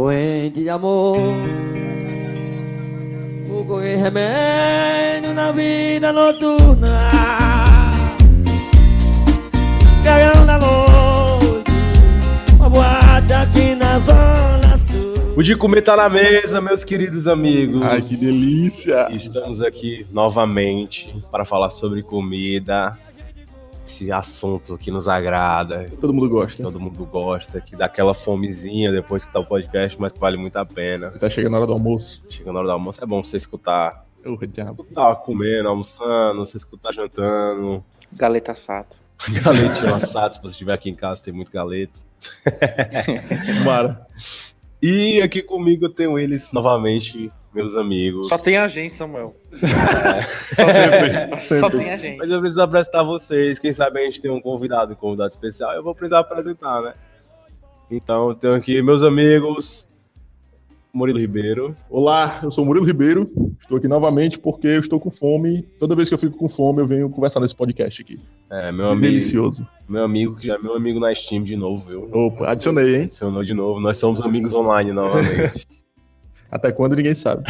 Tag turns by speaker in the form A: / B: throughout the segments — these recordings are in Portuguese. A: Doente de amor, fogo e remédio na vida noturna. Caião da noite, uma boate aqui na zona sul.
B: O de comer tá na mesa, meus queridos amigos.
C: Ai, que delícia!
B: Estamos aqui novamente para falar sobre comida, esse assunto que nos agrada,
C: Todo mundo
B: que
C: gosta.
B: todo mundo gosta, que dá aquela fomezinha depois que tá o podcast, mas que vale muito a pena.
C: Tá chegando a hora do almoço.
B: Chega na hora do almoço, é bom você escutar.
C: Eu diabo.
B: Escutar comendo, almoçando, você escutar jantando.
D: Galeta Sato.
B: Galetinho assado, se você estiver aqui em casa, tem muito galeto.
C: Mara.
B: E aqui comigo eu tenho eles novamente, meus amigos.
D: Só tem a gente, Samuel. Só
C: Sempre.
D: tem a gente.
B: Mas eu preciso apresentar vocês. Quem sabe a gente tem um convidado, um convidado especial. Eu vou precisar apresentar, né? Então, eu tenho aqui meus amigos. Murilo Ribeiro.
C: Olá, eu sou Murilo Ribeiro. Estou aqui novamente porque eu estou com fome. Toda vez que eu fico com fome, eu venho conversar nesse podcast aqui.
B: É, meu amigo.
C: Delicioso.
B: Meu amigo, que já é meu amigo na Steam de novo, viu?
C: Opa, adicionei, hein?
B: Adicionou de novo. Nós somos amigos online novamente.
C: Até quando ninguém sabe.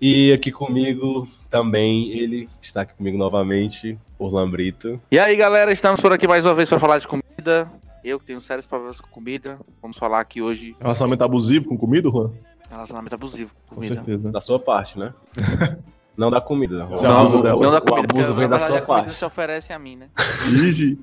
B: e aqui comigo também, ele está aqui comigo novamente, Orlan Brito.
D: E aí, galera, estamos por aqui mais uma vez para falar de comida. Eu que tenho sérios problemas com comida. Vamos falar aqui hoje
C: Relacionamento abusivo com comida, Juan?
D: relacionamento abusivo
C: Com
D: com comida.
C: certeza.
B: Da sua parte, né? Não da comida.
C: Você abusa
D: não,
C: dela.
D: não da
B: O
D: comida.
B: abuso
D: porque,
B: vem
D: na
B: da sua
D: verdade, a comida
B: parte.
D: se oferece a mim, né?
C: Ixi.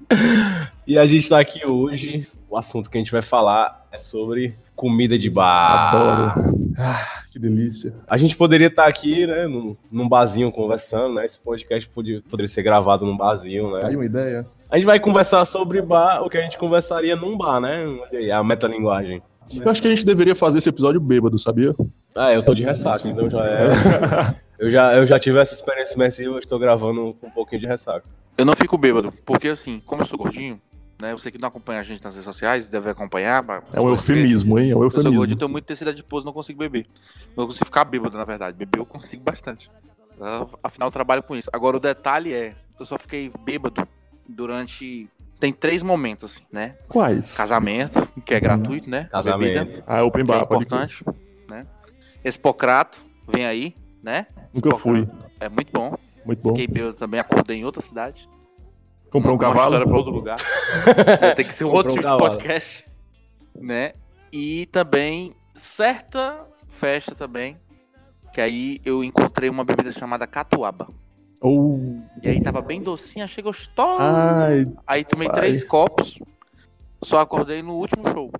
B: E a gente tá aqui hoje. O assunto que a gente vai falar é sobre comida de bar.
C: Adoro. Ah, que delícia.
B: A gente poderia estar aqui, né, num, num barzinho conversando, né? Esse podcast podia- poderia ser gravado num barzinho,
C: Tá
B: né?
C: Aí uma ideia.
B: A gente vai conversar sobre bar, o que a gente conversaria num bar, né? Olha aí, a metalinguagem.
C: Eu acho que a gente deveria fazer esse episódio bêbado, sabia?
B: Ah, eu tô de ressaca, então já é. Eu já, eu já tive essa experiência imersiva, eu estou gravando com um pouquinho de ressaca.
D: Eu não fico bêbado, porque assim, como eu sou gordinho, né? Você que não acompanha a gente nas redes sociais, deve acompanhar. mas-
C: É um eufemismo, hein? É um
D: Eu sou então gordinho,
C: eufemismo.
D: tenho muito tecido adiposo, não consigo beber. Não consigo ficar bêbado, na verdade. Beber eu consigo bastante. Ah, Afinal, eu trabalho com isso. Agora, o detalhe é, eu só fiquei bêbado durante... Tem três momentos, assim, né?
C: Quais?
D: Casamento, que é gratuito, né? A bebida,
B: Uhum. Casamento.
C: Ah, open
D: que é
C: bar, pode crer.
D: importante, né? Expocrato, vem aí, né?
C: Nunca fui.
D: É muito bom.
C: Muito bom.
D: Fiquei bêbado também, acordei em outra cidade.
C: Comprou um
D: Uma história pra outro
C: cavalo.
D: lugar. Tem que ser um outro
B: Comprou um
D: tipo de
B: cavalo.
D: podcast. Né? E também certa festa também. Que aí eu encontrei uma bebida chamada catuaba.
C: Ou.
D: E aí tava bem docinha, achei gostosa.
C: Ai,
D: aí tomei
C: pai.
D: três copos. Só acordei no último show,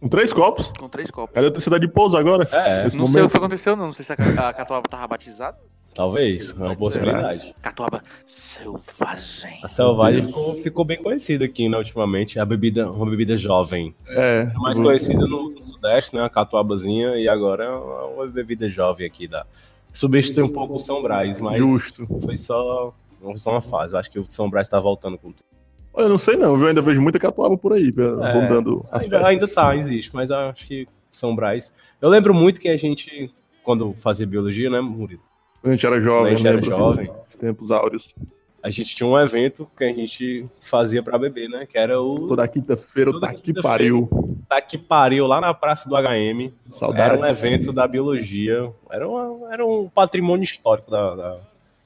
C: com três copos?
D: com três copos.
C: Cadê a cidade de pouso agora?
B: É,
C: Esse
D: não sei o
C: momento.
D: que foi que aconteceu, não. Não sei se a ca- a catuaba tava batizada.
B: talvez. É uma possibilidade.
D: Catuaba selvagem.
B: A selvagem
C: Deus.
B: ficou, ficou bem conhecida aqui, né, ultimamente. É a bebida, uma bebida jovem.
C: É.
B: É mais
C: tipo,
B: conhecida no, no Sudeste, né? A catuabazinha, e agora é uma uma bebida jovem aqui da. Substitui um pouco o São Brás, mas.
C: Justo.
B: Foi só. Foi só uma fase. Eu acho que o São Brás tá voltando com tudo.
C: Olha, Eu não sei não, viu? Eu ainda vejo muita catuaba por aí,
B: É.
C: rondando as
B: Ainda,
C: festas.
B: ainda tá, existe, mas eu acho que São Brás. Eu lembro muito que a gente, quando fazia biologia, né, Murilo?
C: Quando a gente era
B: Quando
C: jovem,
B: a gente
C: eu
B: era
C: lembro.
B: jovem,
C: Tempos áureos.
B: a gente tinha um evento que a gente fazia pra beber, né? Que era o
C: Toda quinta-feira,
B: Toda
C: tá que
B: quinta-feira.
C: pariu.
B: Tá que pariu lá na Praça do HM. Era um
C: Saudades.
B: evento da biologia, era, uma- era um patrimônio histórico da, da-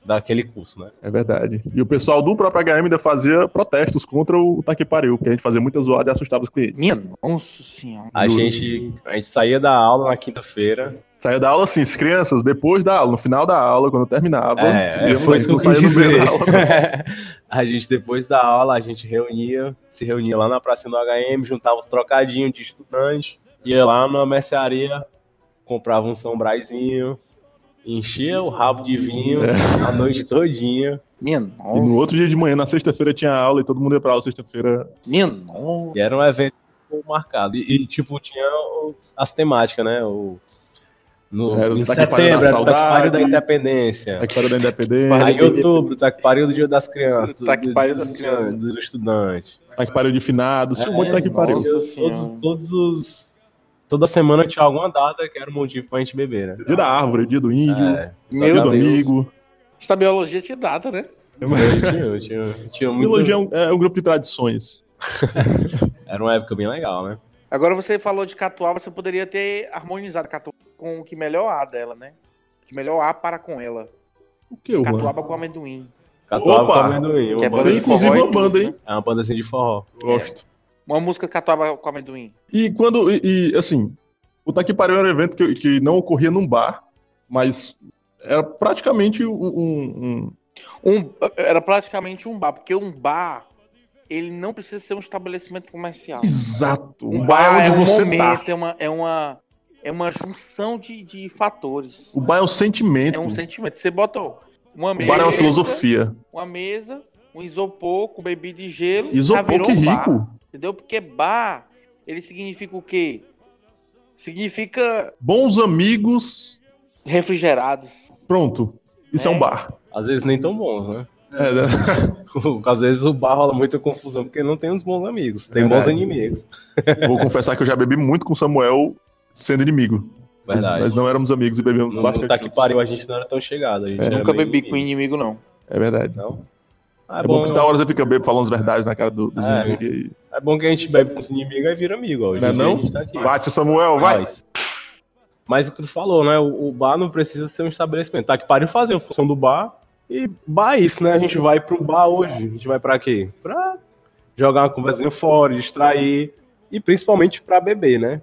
B: daquele curso, né?
C: É verdade. E o pessoal do próprio HM ainda fazia protestos contra o tá que pariu, porque a gente fazia muita zoada e assustava os clientes.
D: Minha nossa senhora.
B: A gente, a gente saía da aula na quinta-feira.
C: Saía da aula assim, as crianças, depois da aula, no final da aula, quando terminava.
B: É, é,
C: íamos-
B: foi isso que eu
C: não saía
B: quis
C: no meio
B: dizer.
C: da aula, não.
B: a gente, depois da aula, a gente reunia, se reunia lá na praça do HM, juntava os trocadinhos de estudante, ia lá na mercearia, comprava um São Braizinho, enchia o rabo de vinho a noite todinha.
D: Minha
C: E
D: nossa.
C: no outro dia de manhã, na sexta-feira, tinha aula e todo mundo ia pra aula sexta-feira.
D: Minha nossa.
B: E era um evento marcado. E, e, tipo, tinha os- as temáticas, né? O, no,
C: Era o
B: em
C: Tá que Pariu da
B: setembro, era o Tá que
C: Saudade.
B: Pariu da Independência.
C: Tá que pariu da independência.
B: Aí em outubro, tá que pariu do Dia das Crianças. do-
D: Tá que
B: do-
D: Pariu
B: dos
D: das Crianças.
B: Dos estudantes.
C: Tá que pariu de finados,
B: É,
C: tinha um monte de tá que
D: nossa.
C: pariu.
B: Todos,
D: Senhora.
B: todos, todos os... Toda semana tinha alguma data que era um motivo pra gente beber, né?
C: Dia da árvore, dia do índio,
B: É,
D: Meu
C: dia do
D: Deus.
C: amigo.
D: Essa biologia te data, né?
B: tinha, tinha, tinha muito...
C: Biologia é um, é um grupo de tradições.
B: Era uma época bem legal, né?
D: Agora você falou de catuaba, você poderia ter harmonizado catuaba com o que melhor há dela, né? Que melhor há para com ela.
C: O que, Juan?
D: Catuaba com amendoim.
B: Catuaba
C: Opa!
B: com amendoim.
D: Que
B: Uma
D: é banda
B: banda
C: Tem
B: de
D: forró né?
C: inclusive
D: e
C: uma
D: tudo,
C: banda, hein?
B: É uma banda assim de forró.
C: Gosto.
D: Uma música catuaba com amendoim.
C: E quando. E, e, assim, o Taqui Pariu era um evento que, que não ocorria num bar, mas era praticamente um. um- um-
D: Um- era praticamente um bar, porque um bar, ele não precisa ser um estabelecimento comercial.
C: Exato.
D: Um
C: Um bar é
D: é um
C: onde você
D: momento,
C: tá.
D: é, uma, é, uma, é uma junção de, de fatores.
C: O bar é um sentimento.
D: É um sentimento. Você botou uma
C: O
D: mesa,
C: bar é uma filosofia.
D: uma mesa, um isopor com bebida de gelo, já
C: Isopor
D: virou
C: que
D: um bar.
C: rico.
D: Entendeu? Porque bar, ele significa o quê? Significa
C: Bons amigos.
D: refrigerados.
C: Pronto. Isso é,
D: É.
C: um bar.
B: Às vezes nem tão bons, né?
C: É, né?
B: Às vezes o bar rola muita confusão porque não tem uns bons amigos, tem bons
C: Verdade.
B: inimigos.
C: Vou confessar que eu já bebi muito com o Samuel sendo inimigo. Mas
B: Verdade.
C: Nós não éramos amigos e bebíamos
B: No, no
C: bastante.
B: tá que
C: juntos.
B: pariu, a gente não era tão chegado. A gente
C: É.
B: era
D: Nunca
B: meio
D: bebi com
B: inimigos.
D: inimigo, não.
C: É verdade.
B: Não? Ah,
C: É,
B: é,
C: bom
B: bom,
C: que da hora você fica bebo falando as verdades na cara do, dos
B: É.
C: inimigos.
B: é bom que a gente bebe com os inimigos e vira amigo. ó. Hoje
C: Não é
B: em dia
C: não?
B: a gente tá aqui.
C: aí. Bate, Samuel, vai!
B: Mas, mas o que tu falou, né? O, o bar não precisa ser um estabelecimento. Tá que pariu fazer a função do bar. E bar é isso, né? A gente vai pro bar hoje. A gente vai pra quê? Pra jogar uma conversinha fora, distrair. E principalmente pra beber, né?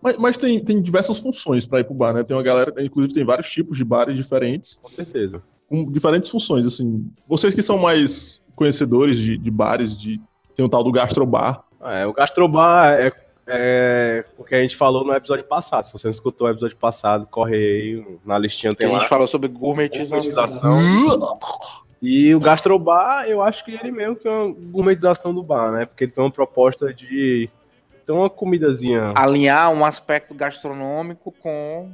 C: Mas, mas tem, tem diversas funções pra ir pro bar, né? Tem uma galera, inclusive tem vários tipos de bares diferentes,
B: Com certeza.
C: com diferentes funções, assim. Vocês que são mais conhecedores de, de bares, de tem o tal do gastrobar.
B: Ah, É, o gastrobar é, é o que a gente falou no episódio passado. Se você não escutou o episódio passado, corre aí. Na listinha
D: Que a
B: tem lá.
D: gente falou sobre gourmetização.
B: Gourmetização. E o gastrobar, eu acho que ele mesmo que é uma gourmetização do bar, né? Porque tem uma proposta de... Tem uma comidazinha...
D: Alinhar um aspecto gastronômico com,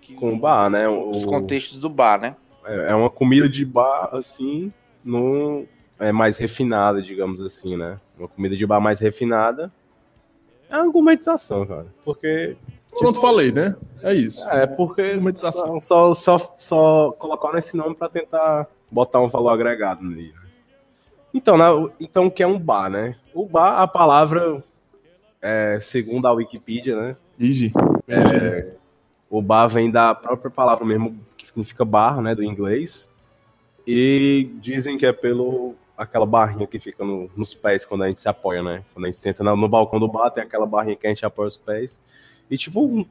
D: que-
B: com o bar, né? O-
D: os contextos do bar, né?
B: é é uma comida de bar, assim, não é mais refinada, digamos assim, né? Uma comida de bar mais refinada é uma gourmetização, cara. Porque.
C: Pronto, falei, né? É isso.
B: É, porque.
C: Gourmetização.
B: Só, só, só, só colocaram esse nome pra tentar botar um valor agregado nele. Então, né, o- então, o que é um bar, né? O bar, a palavra, é, segundo a Wikipedia, né?
C: Igi. É,
B: O bar vem da própria palavra mesmo, que significa bar, né, do inglês. E dizem que é pelo aquela barrinha que fica no- nos pés quando a gente se apoia, né? Quando a gente senta na- no, balcão do bar, tem aquela barrinha que a gente apoia os pés. E tipo,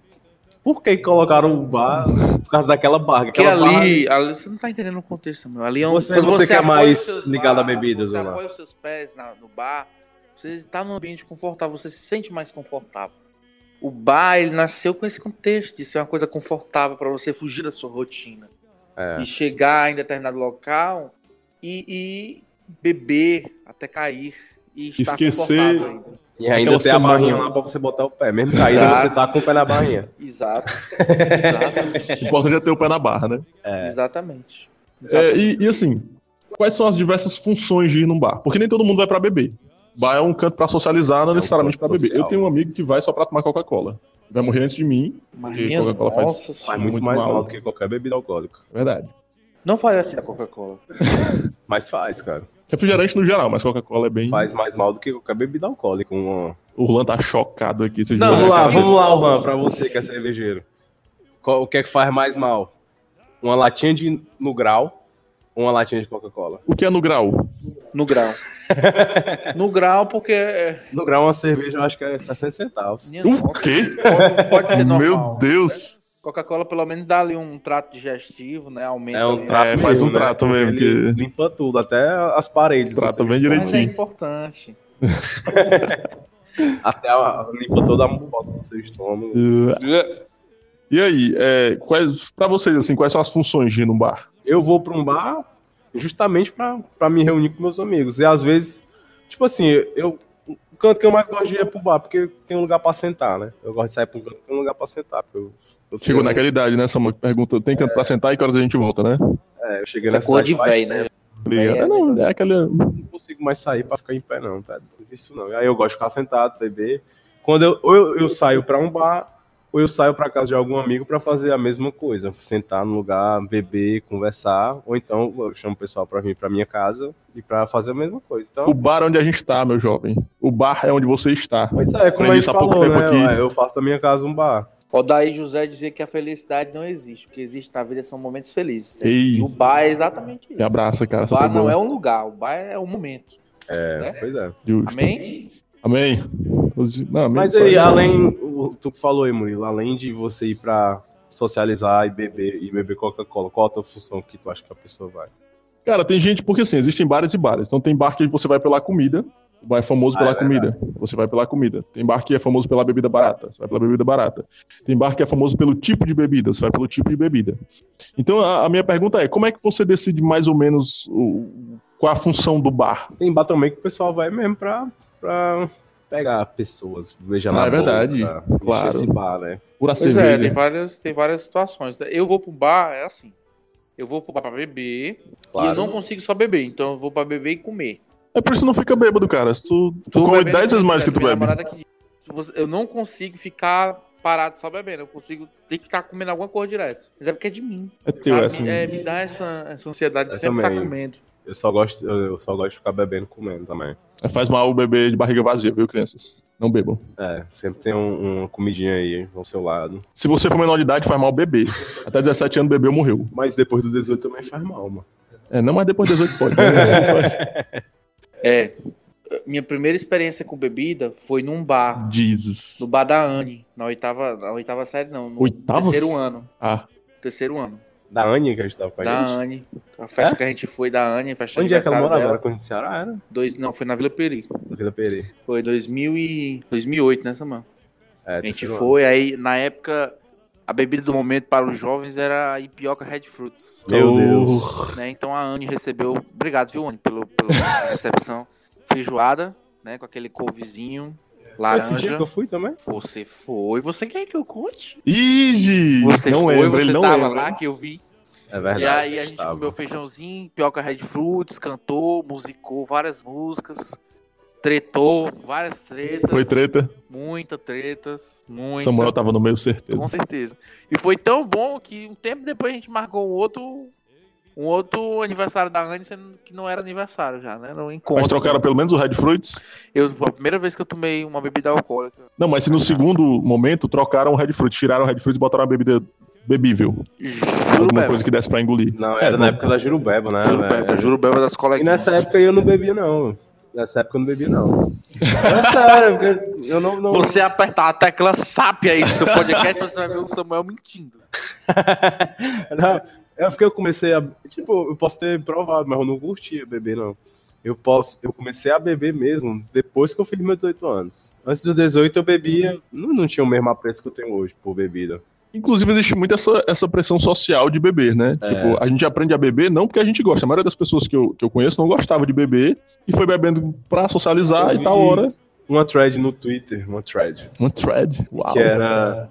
B: por que colocaram o bar por causa daquela barra?
D: Porque
B: Aquela barra-
D: ali, ali- você não tá entendendo o contexto, meu. Ali é um,
B: Você-
D: quando
B: você que é
D: apoia
B: mais
D: os seus
B: ligado
D: bar-
B: a bebidas,
D: Você
B: olha lá.
D: apoia os seus pés na- no bar, você tá num ambiente confortável, você se sente mais confortável. O bar, ele nasceu com esse contexto de ser uma coisa confortável para você fugir da sua rotina.
B: É.
D: E chegar em determinado local e, e beber até cair. E estar
C: Esquecer-
D: confortável ainda.
B: E ainda
C: aquela
B: tem a
C: semana-
B: barrinha lá pra você botar o pé. Mesmo caído,
D: Exato.
B: você tá com o pé na barrinha.
D: Exato. Exato.
C: O importante é ter o pé na barra, né?
D: Exatamente.
C: É, e, e assim, quais são as diversas funções de ir num bar? Porque nem todo mundo vai pra beber. Bar é um canto pra socializar, não
B: um
C: necessariamente pra
B: canto
C: beber.
B: social.
C: Eu tenho um amigo que vai só pra tomar Coca-Cola. Vai morrer antes de mim.
D: Mas
C: Porque
D: minha
C: Coca-Cola faz-
D: nossa senhora.
B: Faz muito,
C: Muito
B: mais
C: mal.
B: mal do que qualquer bebida alcoólica.
C: Verdade.
D: Não fale assim da Coca-Cola.
B: Mas faz, cara.
C: Refrigerante no geral, mas Coca-Cola é bem.
B: Faz mais mal do que qualquer bebida alcoólica. Uma,
C: O Rulan tá chocado aqui. Vocês
B: Não,
C: viram,
B: vamos
C: né,
B: lá,
C: cara?
B: vamos lá, Juan, pra você que é cervejeiro. Qual- o que é que faz mais mal? Uma latinha de no grau ou uma latinha de Coca-Cola?
C: O que é no grau?
D: No grau. no grau, porque. é,
B: No grau, uma cerveja eu acho que é 60 centavos.
D: minha
C: O
D: nossa,
C: quê?
D: Pode, pode ser
C: Uh!
D: normal.
C: Meu Deus!
D: Coca-Cola, pelo menos, dá ali um trato digestivo, né? Aumenta.
B: É um
D: ali.
B: trato.
C: É, faz um
B: mesmo, né?
C: trato mesmo,
B: Ele limpa tudo, até as paredes. do
C: Trata
B: seu
C: bem
B: estômago.
D: Mas é
C: direitinho.
D: importante.
B: Até a- limpa toda a mucosa do seu estômago.
C: Uh, E aí, é, quais, pra vocês, assim, quais são as funções de ir num bar?
B: eu vou para um bar justamente para me reunir com meus amigos. E às vezes, tipo assim, eu o canto que eu mais gosto de ir é pro bar, porque tem um lugar para sentar, né? Eu gosto de sair para um canto que tem um lugar para sentar. porque Eu, eu
C: Chegou
B: eu-
C: naquela idade, né, Samuel? Que Pergunta, tem canto pra sentar e que horas a gente volta, né?
B: É, eu cheguei
D: Essa
B: na
D: cor
B: cidade
D: de
B: faz
D: véi,
B: tempo,
D: né?
C: Ligado?
D: É,
C: É, não,
D: negócio.
C: é aquela...
B: Não consigo mais sair para ficar em pé, não, tá? Não existe isso não. Aí eu gosto de ficar sentado, beber. Quando eu, ou eu, eu saio para um bar, ou eu saio para casa de algum amigo para fazer a mesma coisa, sentar no lugar, beber, conversar, ou então eu chamo o pessoal para vir para minha casa e para fazer a mesma coisa.
C: O
B: Então,
C: bar é onde a gente tá, meu jovem. O bar é onde você está.
B: isso é como
C: Aprendi
B: a gente
C: isso há pouco
B: falou,
C: tempo
B: né?
C: aqui.
B: Eu faço da minha casa um bar.
D: Odaí José dizia que a felicidade não existe. O que existe na vida são momentos felizes.
C: Ei.
D: E o bar é exatamente isso.
C: Me abraça, cara.
D: o
C: Essa foi
D: bar não
C: boa.
D: é um lugar, o bar é um momento.
B: É,
D: Né?
B: pois é.
C: Justo.
D: Amém?
C: Amém. Não, amém
B: Mas
C: só-
B: aí, além, o- tu falou aí, Murilo, além de você ir pra socializar e beber e beber Coca-Cola, qual a tua função que tu acha que a pessoa vai?
C: Cara, tem gente, porque assim, existem bares e bares. Então tem bar que você vai pela comida, o bar é famoso
B: Ah,
C: pela
B: é
C: comida. Você vai pela comida. Tem bar que é famoso pela bebida barata, você vai pela bebida barata. Tem bar que é famoso pelo tipo de bebida, você vai pelo tipo de bebida. Então a, a minha pergunta é: como é que você decide mais ou menos o- qual a função do bar?
B: Tem bar também que o pessoal vai mesmo pra, pra pegar pessoas, beijar
C: Ah,
B: na
C: é verdade,
B: boca, encher
C: claro.
B: esse bar, né?
C: Por a
D: Pois é, tem
C: cerveja.
D: várias, tem várias situações. né? Eu vou pro bar, é assim. Eu vou pro bar pra beber e eu não consigo só beber, então eu vou pra beber e comer.
C: É, por isso que não fica bêbado, cara. Se Tu, tu, come
D: bebendo né?
C: 10 vezes mais que tu
D: minha
C: bebe.
D: namorada que diz, "Você- Eu não consigo ficar parado só bebendo. Eu consigo ter que estar comendo alguma coisa direto. Mas é porque é de mim.
C: É teu, é assim.
D: sabe? É, me dá essa, essa ansiedade de
B: Eu
D: sempre estar
B: também.
D: comendo.
B: Eu só gosto, eu só gosto de ficar bebendo e comendo também.
C: É, Faz mal o bebê de barriga vazia, viu, crianças? Não bebam.
B: É, sempre tem um- uma comidinha aí ao seu lado.
C: Se você for menor de idade, faz mal beber. Até 17 anos, bebeu, morreu.
B: Mas depois do 18 também faz mal, mano.
C: É, não, mas depois de 18 pode. né?
D: É. Minha primeira experiência com bebida foi num bar,
C: Jesus.
D: no bar da Anne, na oitava, na oitava série não, no
C: Oitava
D: terceiro
C: sé-
D: ano,
C: Ah,
D: terceiro ano,
B: Da Anne que a gente tava com a
D: da
B: gente.
D: Anne, a festa
B: É?
D: que a gente foi da Anne, festa
B: Onde é que ela mora
D: aniversário
B: agora?
D: dela,
B: Quando Ceará, era?
D: dois, não, foi na Vila Peri,
B: Na Vila Pereira.
D: foi 2000 e, 2008, né, Samã?
B: É,
D: A gente
B: terceiro ano.
D: foi, aí na época a bebida do momento para os jovens era a Ipioca Red Fruits,
B: Meu
C: Oh.
B: Deus.
D: né, então a Anne recebeu, obrigado viu Anne, pelo, pela recepção, feijoada, né, com aquele couvezinho,
B: Foi esse dia
D: laranja.
B: que eu fui também?
D: Você foi, você quer que eu conte?
C: Ige!
D: Você
C: não
D: foi,
C: lembro,
D: você
C: ele não
D: tava
C: lembra.
D: lá que eu vi.
B: É verdade.
D: e aí a gente
B: tava.
D: comeu feijãozinho, pioca Red Fruits, cantou, musicou várias músicas, tretou, várias tretas.
C: Foi treta.
D: Muita tretas, muita.
C: Samuel tava no meio, certeza.
D: Com certeza. E foi tão bom que um tempo depois a gente marcou um outro. Um outro aniversário da Anne, sendo que não era aniversário já, né? Era um encontro.
C: Mas trocaram pelo menos o Red Fruits?
D: Eu, a primeira vez que eu tomei uma bebida alcoólica.
C: Não, mas se no segundo momento trocaram o Red Fruits, tiraram o Red Fruits e botaram uma bebida bebível.
D: Juro,
C: Alguma
D: mesmo.
C: coisa que desse pra engolir.
B: Não, era
C: É,
B: na
C: bom.
B: época da Jurubeba, né?
D: Juro,
B: velho?
D: Beba, juro, Beba das
B: E
D: coleguinhas.
B: nessa época eu não bebia, não. Nessa época eu não bebia, não. É sério, porque eu não. não...
D: Você apertar a tecla SAP aí no seu podcast, você vai ver o Samuel mentindo.
B: Não, é porque eu comecei a. Tipo, eu posso ter provado, mas eu não curtia beber, não. Eu, posso, eu comecei a beber mesmo depois que eu fiz meus 18 anos. Antes dos 18 eu bebia, não, não tinha o mesmo apreço que eu tenho hoje por bebida.
C: Inclusive, existe muito essa, essa pressão social de beber, né?
B: É.
C: Tipo, a gente aprende a beber não porque a gente gosta. A maioria das pessoas que eu, que eu conheço não gostava de beber e foi bebendo pra socializar
B: Eu
C: e tal
B: vi-
C: hora.
B: Uma thread no Twitter, uma thread.
C: Uma thread. Uau.
B: que era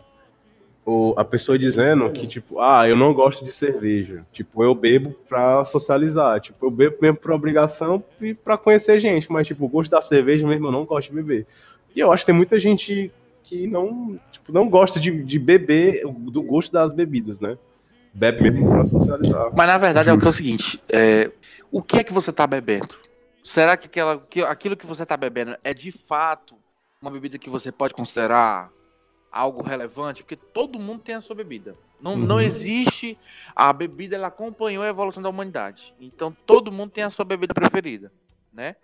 B: o, a pessoa dizendo que, tipo, ah, eu não gosto de cerveja. Tipo, eu bebo pra socializar. Tipo, eu bebo mesmo por obrigação e pra conhecer gente. Mas, tipo, o gosto da cerveja mesmo eu não gosto de beber. E eu acho que tem muita gente que não, tipo, não gosta de, de beber do gosto das bebidas, né? Bebe mesmo pra socializar.
D: Mas na verdade é o que é o seguinte: é, o que é que você tá bebendo? Será que, aquela, que aquilo que você tá bebendo é de fato uma bebida que você pode considerar algo relevante? Porque todo mundo tem a sua bebida. Não, não
C: Uhum.
D: existe. A bebida ela acompanhou a evolução da humanidade. Então todo mundo tem a sua bebida preferida, né?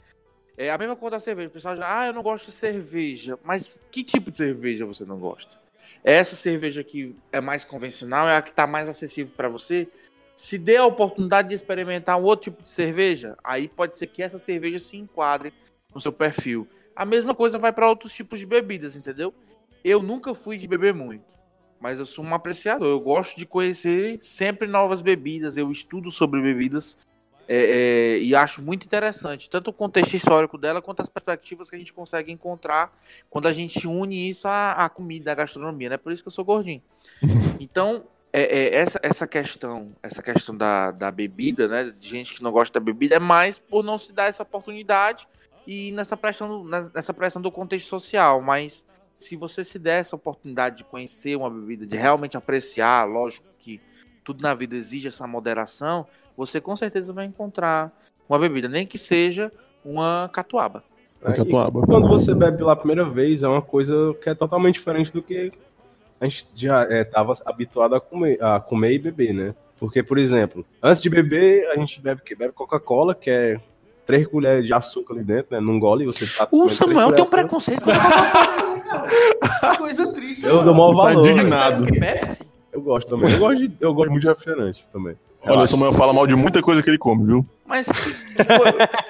D: É a mesma coisa da cerveja. O pessoal já, ah, eu não gosto de cerveja. Mas que tipo de cerveja você não gosta? Essa cerveja que é mais convencional é a que tá mais acessível para você. Se der a oportunidade de experimentar um outro tipo de cerveja, aí pode ser que essa cerveja se enquadre no seu perfil. A mesma coisa vai para outros tipos de bebidas, entendeu? Eu nunca fui de beber muito, mas eu sou um apreciador. Eu gosto de conhecer sempre novas bebidas. Eu estudo sobre bebidas é, é, e acho muito interessante tanto o contexto histórico dela quanto as perspectivas que a gente consegue encontrar quando a gente une isso à, à comida, à gastronomia. Né? Por isso que eu sou gordinho. Então, é, é, essa, essa questão, essa questão da, da bebida, né? De gente que não gosta da bebida, é mais por não se dar essa oportunidade e nessa pressão, do- na- nessa pressão do contexto social. Mas Se você se der essa oportunidade de conhecer uma bebida, de realmente apreciar, lógico que tudo na vida exige essa moderação, você com certeza vai encontrar uma bebida, nem que seja uma catuaba.
C: É
B: E
C: catuaba.
B: Quando você bebe pela primeira vez, é uma coisa que é totalmente diferente do que a gente já estava habituado a comer, a comer e beber, né? Porque, por exemplo, antes de beber, a gente bebe o quê? Bebe Coca-Cola, que é três colheres de açúcar ali dentro, né? Num gole, você tá.
D: O
B: comendo três
D: Samuel tem um
B: colheres de açúcar.
D: preconceito com a
E: Coisa triste.
B: Eu dou maior
C: Tá
B: valor. né?
C: indignado.
D: Pepsi.
B: Eu gosto também. Eu gosto, de- eu gosto muito de refrigerante também.
C: Olha, o Samuel fala mal de muita coisa que ele come, viu?
D: Mas tipo,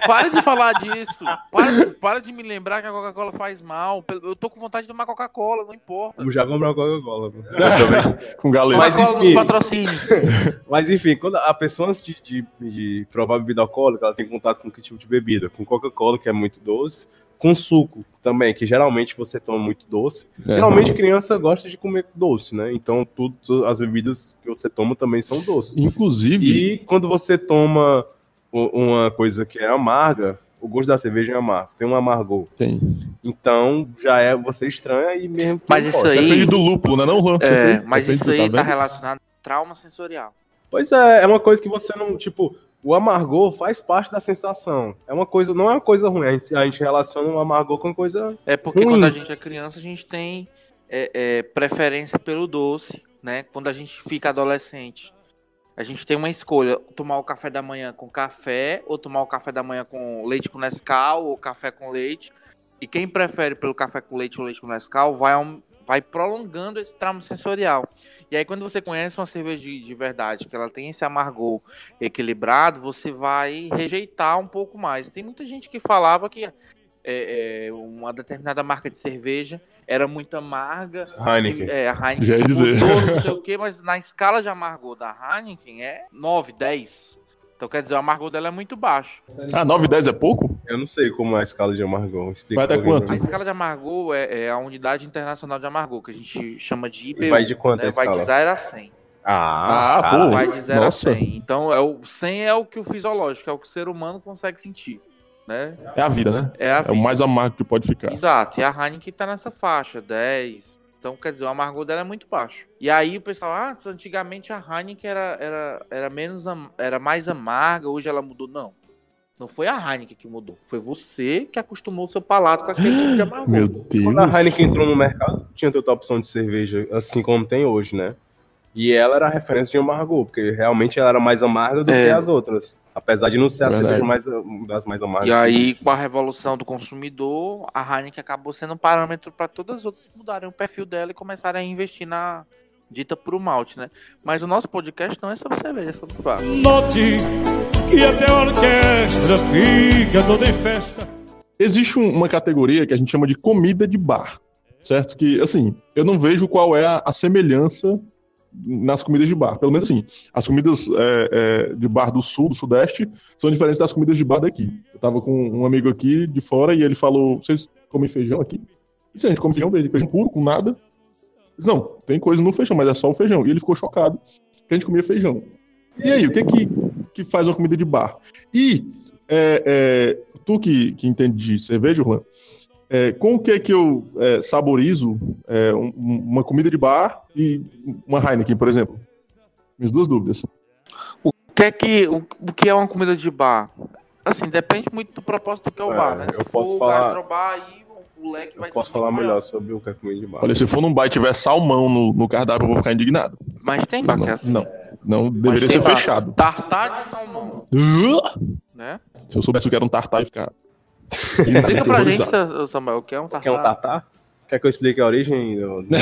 D: para de falar disso. Para, para de me lembrar que a Coca-Cola faz mal. Eu tô com vontade de tomar Coca-cola, não importa.
B: Eu já comprei uma Coca-Cola. pô.
C: Com galera.
B: Mas
D: Coca-Cola
B: enfim.
D: nos patrocínio.
B: Mas enfim, quando a pessoa antes de, de, de provar bebida alcoólica, ela tem contato com que tipo de bebida? Com Coca-Cola, que é muito doce, com suco também, que geralmente você toma muito doce.
C: É.
B: Geralmente criança gosta de comer doce, né? Então tudo, tu- as bebidas que você toma também são doces.
C: Inclusive,
B: E quando você toma u- uma coisa que é amarga, o gosto da cerveja é amargo, tem um amargor.
C: tem.
B: Então já é você estranha e mesmo. que
D: Mas
B: não
D: isso
B: goste.
D: aí-
C: Depende do lúpulo, né, não, Juan?
D: É,
C: Depende-
D: mas
C: depende
D: isso
C: do-
D: aí tá
C: vendo?
D: relacionado a trauma sensorial.
B: Pois é, é uma coisa que você não, tipo, o amargor faz parte da sensação. É uma coisa, não é uma coisa ruim. A gente, a gente relaciona o amargor com coisa.
D: É porque
B: Ruim.
D: quando a gente é criança, a gente tem é, é, preferência pelo doce, né? Quando a gente fica adolescente, a gente tem uma escolha: tomar o café da manhã com café, ou tomar o café da manhã com leite com Nescau, ou café com leite. E quem prefere pelo café com leite ou leite com Nescau vai, aum- vai prolongando esse trauma sensorial. E aí, quando você conhece uma cerveja de, de verdade, que ela tem esse amargor equilibrado, você vai rejeitar um pouco mais. Tem muita gente que falava que é, é, uma determinada marca de cerveja era muito amarga.
B: Heineken.
D: É, a Heineken
C: Já ia
D: mudou,
C: dizer.
D: não sei o quê, mas na escala de amargor da Heineken é 9, 10. Então quer dizer, o amargor dela é muito baixo.
C: Ah, 9 e 10 é pouco?
B: Eu não sei como é a escala de amargor. Explica
C: Vai até
B: pra mim,
C: quanto?
D: A
B: né?
D: escala de amargor é, é a unidade internacional de amargor, que a gente chama de IBU.
B: E vai de quanto é a
D: né? Vai de
B: escala?
D: 0 a 100.
B: Ah,
C: Ah,
B: cara.
C: pô.
D: Vai de 0 a
C: Nossa.
D: 100. Então é o 100 é o que o fisiológico, é o que o ser humano consegue sentir, né?
C: É a vida, né?
D: É a
C: É o
D: vida.
C: mais amargo que pode ficar.
D: Exato, e a Heineken tá nessa faixa, 10. Então, quer dizer, o amargor dela é muito baixo. E aí o pessoal, ah, antigamente a Heineken era, era, era, menos, am- era mais amarga, hoje ela mudou. Não, não foi a Heineken que mudou, foi você que acostumou o seu palato com aquele tipo de amargor.
C: Meu Deus.
B: Quando a Heineken entrou no mercado, tinha tanta opção de cerveja, assim como tem hoje, né? E ela era a referência de amargor, porque realmente ela era mais amarga do
D: É.
B: que as outras. Apesar de não ser a
C: Verdade.
B: cerveja mais, ah, das mais amargas.
D: E aí, com a revolução do consumidor, a Heineken acabou sendo um parâmetro para todas as outras mudarem o perfil dela e começarem a investir na dita por malte, né? Mas o nosso podcast não é sobre cerveja, é sobre bar.
A: Note que até a orquestra fica toda em festa.
C: Existe um- uma categoria que a gente chama de comida de bar, certo? Que, assim, eu não vejo qual é a, a semelhança nas comidas de bar. Pelo menos, assim, as comidas é, é, de bar do sul, do sudeste, são diferentes das comidas de bar daqui. Eu tava com um amigo aqui de fora e ele falou: Vocês comem feijão aqui? E se a gente come feijão, verde, feijão puro, com nada? Eu Disse, não, tem coisa no feijão, mas é só o feijão. E ele ficou chocado que a gente comia feijão. E aí, o que que, que faz uma comida de bar? E é, é, tu que, que entende de cerveja, Juan, é, com o que é que eu é, saborizo é, um- um- uma comida de bar e uma Heineken, por exemplo? Minhas duas dúvidas.
D: O que é que, o, o que é uma comida de bar? Assim, depende muito do propósito do que é o
B: É,
D: bar, né? Se
B: eu posso
D: for
B: falar-
D: gastrobar, aí o leque vai
B: Eu posso
D: ser
B: falar
D: muito
B: melhor sobre o que é comida de bar.
C: Olha, se for num bar e tiver salmão no, no cardápio, eu vou ficar indignado.
D: maior. Mas tem bar
C: Não,
D: que é assim.
C: não, não deveria ser
D: tem bar.
C: fechado.
D: Tartar de salmão, né?
C: Se eu soubesse o que era um tartar, eu ia ficar.
D: Explica pra gente,
C: horrorizado.
D: Samuel, o que é um tartar.
B: Quer um tatar? Quer que eu explique a origem? do- do-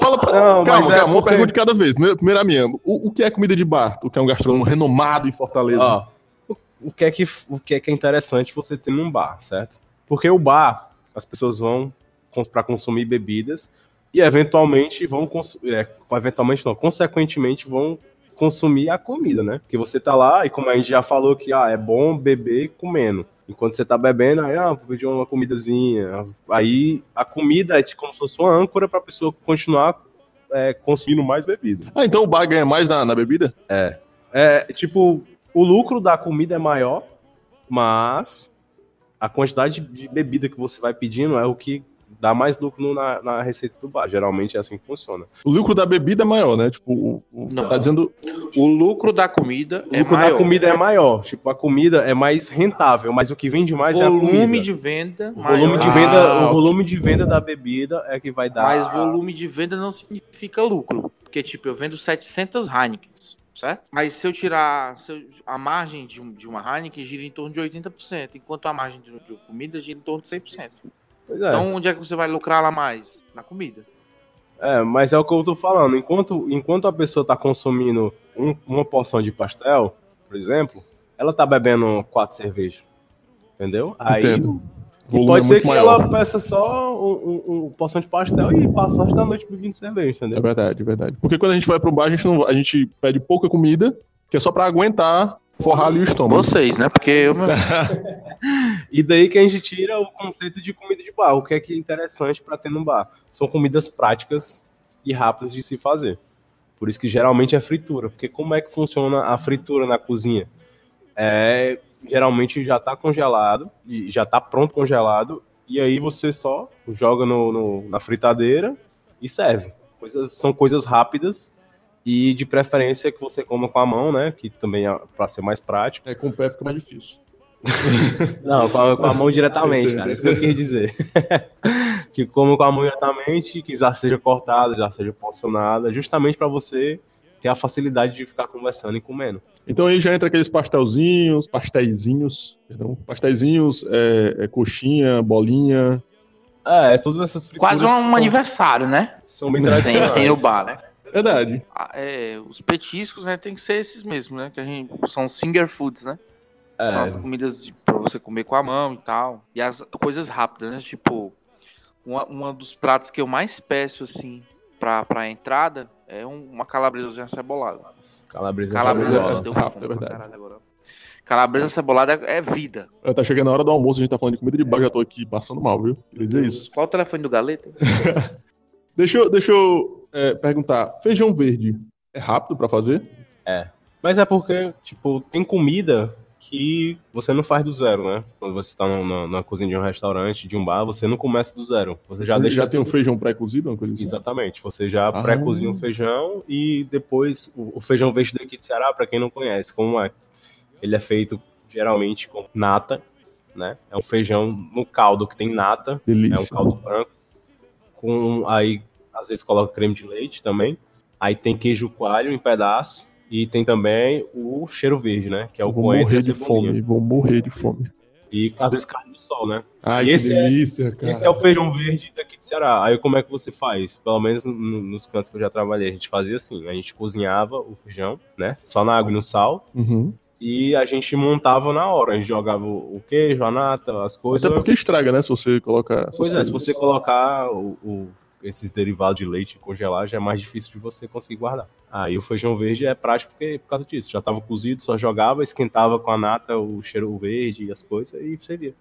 C: Fala pra...
B: Não, mas
C: calma,
B: é
C: calma, uma
B: porque-
C: pergunta de cada vez. Primeiro, primeiro a minha. O, o que é comida de bar? Tu que é um gastrônomo renomado em Fortaleza.
B: Ó, o- o que é que o que é que é interessante você ter num bar, certo? Porque o bar, as pessoas vão para consumir bebidas e eventualmente vão cons- é, eventualmente não, consequentemente vão consumir a comida, né? Porque você tá lá e como a gente já falou que ah, é bom beber comendo. Enquanto você tá bebendo, aí ah, vou pedir uma comidazinha. Aí a comida é tipo como se fosse uma âncora para pessoa continuar é, consumindo mais bebida.
C: Ah, então o bar ganha mais na, na bebida?
B: É, tipo, o lucro da comida é maior, mas a quantidade de bebida que você vai pedindo é o que dá mais lucro no- na, na receita do bar. Geralmente é assim que funciona.
C: O lucro da bebida é maior, né? Tipo, o, o-
D: Não.
C: tá dizendo.
D: O lucro da comida
B: O
D: é
B: lucro
D: maior.
B: da comida é maior. Tipo, a comida é mais rentável, mas o que vende mais é a
D: volume
B: comida.
D: de venda.
B: O volume
D: maior.
B: de venda,
C: Ah,
B: o
C: ok.
B: volume de venda da bebida é que vai dar.
D: Mas volume de venda não significa lucro. Porque, tipo, eu vendo 700 Heineken, certo? Mas se eu tirar se eu- a margem de, um- de uma Heineken, gira em torno de 80%, enquanto a margem de, de comida gira em torno de 100%.
B: Pois é.
D: Então, onde é que você vai lucrar lá mais? Na comida.
B: É, mas é o que eu tô falando. Enquanto, enquanto a pessoa tá consumindo um- uma porção de pastel, por exemplo, ela tá bebendo quatro cervejas. Entendeu? Aí
C: Entendo.
B: e
C: O volume
B: pode
C: é
B: ser
C: muito
B: que
C: maior.
B: ela peça só um, um- um porção de pastel e passa o resto da noite bebendo cerveja,
C: É
B: entendeu?
C: verdade, é verdade. Porque quando a gente vai pro bar, a gente, não, a gente pede pouca comida, que é só pra aguentar, forrar ali o estômago.
D: Vocês, né? Porque eu.
B: É, E daí que a gente tira o conceito de comida de bar. O que é que é interessante pra ter num bar? São comidas práticas e rápidas de se fazer. Por isso que geralmente é fritura. Porque como é que funciona a fritura na cozinha? É, geralmente já tá congelado, e já tá pronto congelado, e aí você só joga no, no- na fritadeira e serve. Coisas, são coisas rápidas e de preferência que você coma com a mão, né? Que também é para ser mais prático.
C: É, com o pé fica mais difícil.
B: Não, com a, com a mão diretamente,
C: Entendi.
B: cara. Isso que eu quis dizer. que como com a mão diretamente, que já seja cortada, já seja porcionada, justamente para você ter a facilidade de ficar conversando e comendo.
C: Então aí já entra aqueles pastelzinhos, pastéisinhos, perdão, pastéisinhos, é, é coxinha, bolinha.
B: É, todas essas frituras
D: Quase um,
B: são,
D: aniversário, né?
B: são bem
D: Tem,
B: tradicionais.
D: tem no bar, né?
C: Verdade.
D: Ah, é, os petiscos, né? Tem que ser esses mesmos, né? Que a gente, são os finger foods, né?
B: É,
D: São as comidas de, pra você comer com a mão e tal. E as coisas rápidas, né? Tipo, uma, uma dos pratos que eu mais peço, assim, pra, pra entrada é um- uma calabresazinha cebolada.
B: calabresa. é
D: Calabresa.
C: cebolada.
D: Deu
C: Rápido,
D: fome
C: é
D: pra
C: verdade.
D: caralho agora. Calabresa cebolada é é vida.
C: É, Tá chegando a hora do almoço, a gente tá falando de comida de bar, já tô aqui passando mal, viu? Queria dizer isso.
D: Qual o telefone do Galeta?
C: Deixa eu, deixa eu é, perguntar, feijão verde é rápido pra fazer?
B: Mas é porque, tipo, tem comida que você não faz do zero, né? Quando você tá na, na- na cozinha de um restaurante, de um bar, você não começa do zero. Você já deixa
C: já tem um feijão pré-cozido, uma coisa assim?
B: Exatamente. Você já
C: Ah.
B: pré-cozinha o feijão e depois o, o feijão verde daqui de Ceará, para quem não conhece, como é? Ele é feito geralmente com nata, né? É um feijão no caldo que tem nata, é um
C: Delícia.
B: caldo branco. Com aí às vezes coloca creme de leite também. Aí tem queijo coalho em pedaço e tem também o cheiro verde, né? Que é o
C: Eu vou
B: coentro e a
C: morrer de
B: cebolinha.
C: fome, vou morrer de fome.
B: E às vezes carne do sol, né?
C: Ai,
B: E
C: que
B: esse é-
C: delícia, cara.
B: Esse é o feijão verde daqui de Ceará. Aí como é que você faz? Pelo menos no- nos cantos que eu já trabalhei, a gente fazia assim: a gente cozinhava o feijão, né? Só na água e no sal.
C: Uhum.
B: E a gente montava na hora. A gente jogava o o queijo, a nata, as coisas.
C: Até porque estraga, né? Se você colocar essas
B: é. Pois é, se
C: coisas.
B: você colocar o- o- esses derivados de leite e congelar, já é mais difícil de você conseguir guardar. Aí o feijão verde é prático porque, por causa disso. Já estava cozido, só jogava, esquentava com a nata o cheiro verde e as coisas e servia.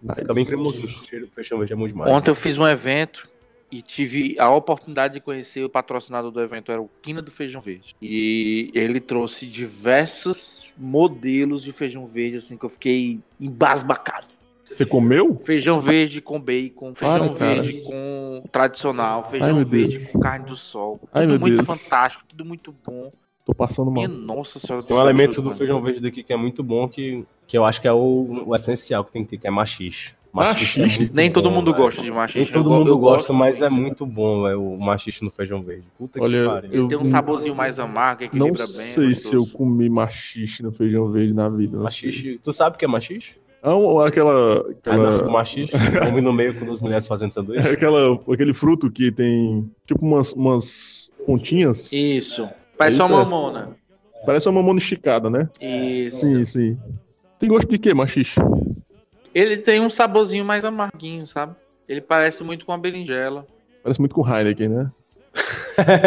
C: Nice.
B: Fica bem cremosinho. O cheiro do feijão verde é muito demais.
D: Ontem eu fiz um evento e tive a oportunidade de conhecer o patrocinador do evento, era o Quina do Feijão Verde. E ele trouxe diversos modelos de feijão verde, assim, que eu fiquei embasbacado.
C: Você comeu?
D: Feijão verde com bacon, feijão
C: Para, cara.
D: verde com tradicional, feijão
C: meu
D: verde
C: Deus.
D: com carne do sol. Tudo
C: Ai, meu
D: muito
C: Deus.
D: fantástico, tudo muito bom.
C: Tô passando mal.
D: Minha nossa senhora.
B: Tem um elemento do feijão verde daqui que é muito bom, que, que eu acho que é o, o essencial que tem que ter, que é machixe. é
C: Machixe?
B: muito
D: Nem todo
B: bom,
D: mundo
B: velho.
D: gosta de machixe.
B: Nem todo
D: eu, go-
B: mundo
D: eu
B: gosta, mas é muito bom velho, o machixe no feijão verde. Puta
C: Olha,
B: que pariu.
C: eu
D: Tem um saborzinho mais amargo, equilibra
C: não
D: bem. é
C: sei se eu
D: gostoso.
C: comi machixe no feijão verde na vida. não sei.
B: Machixe, tu sabe o que é machixe?
C: Ah, um-
B: A
C: aquela,
B: dança do
C: aquela,
B: machixe, homem no meio com duas mulheres fazendo sanduíche.
C: aquela, aquele fruto que tem tipo umas, umas pontinhas.
D: Isso. Parece
C: Isso
D: uma
C: é.
D: mamona.
C: Parece uma mamona esticada, né?
D: Isso.
C: Sim, sim. Tem gosto de quê, machixe?
D: Ele tem um saborzinho mais amarguinho, sabe? Ele parece muito com a berinjela.
C: Parece muito com Heineken, né?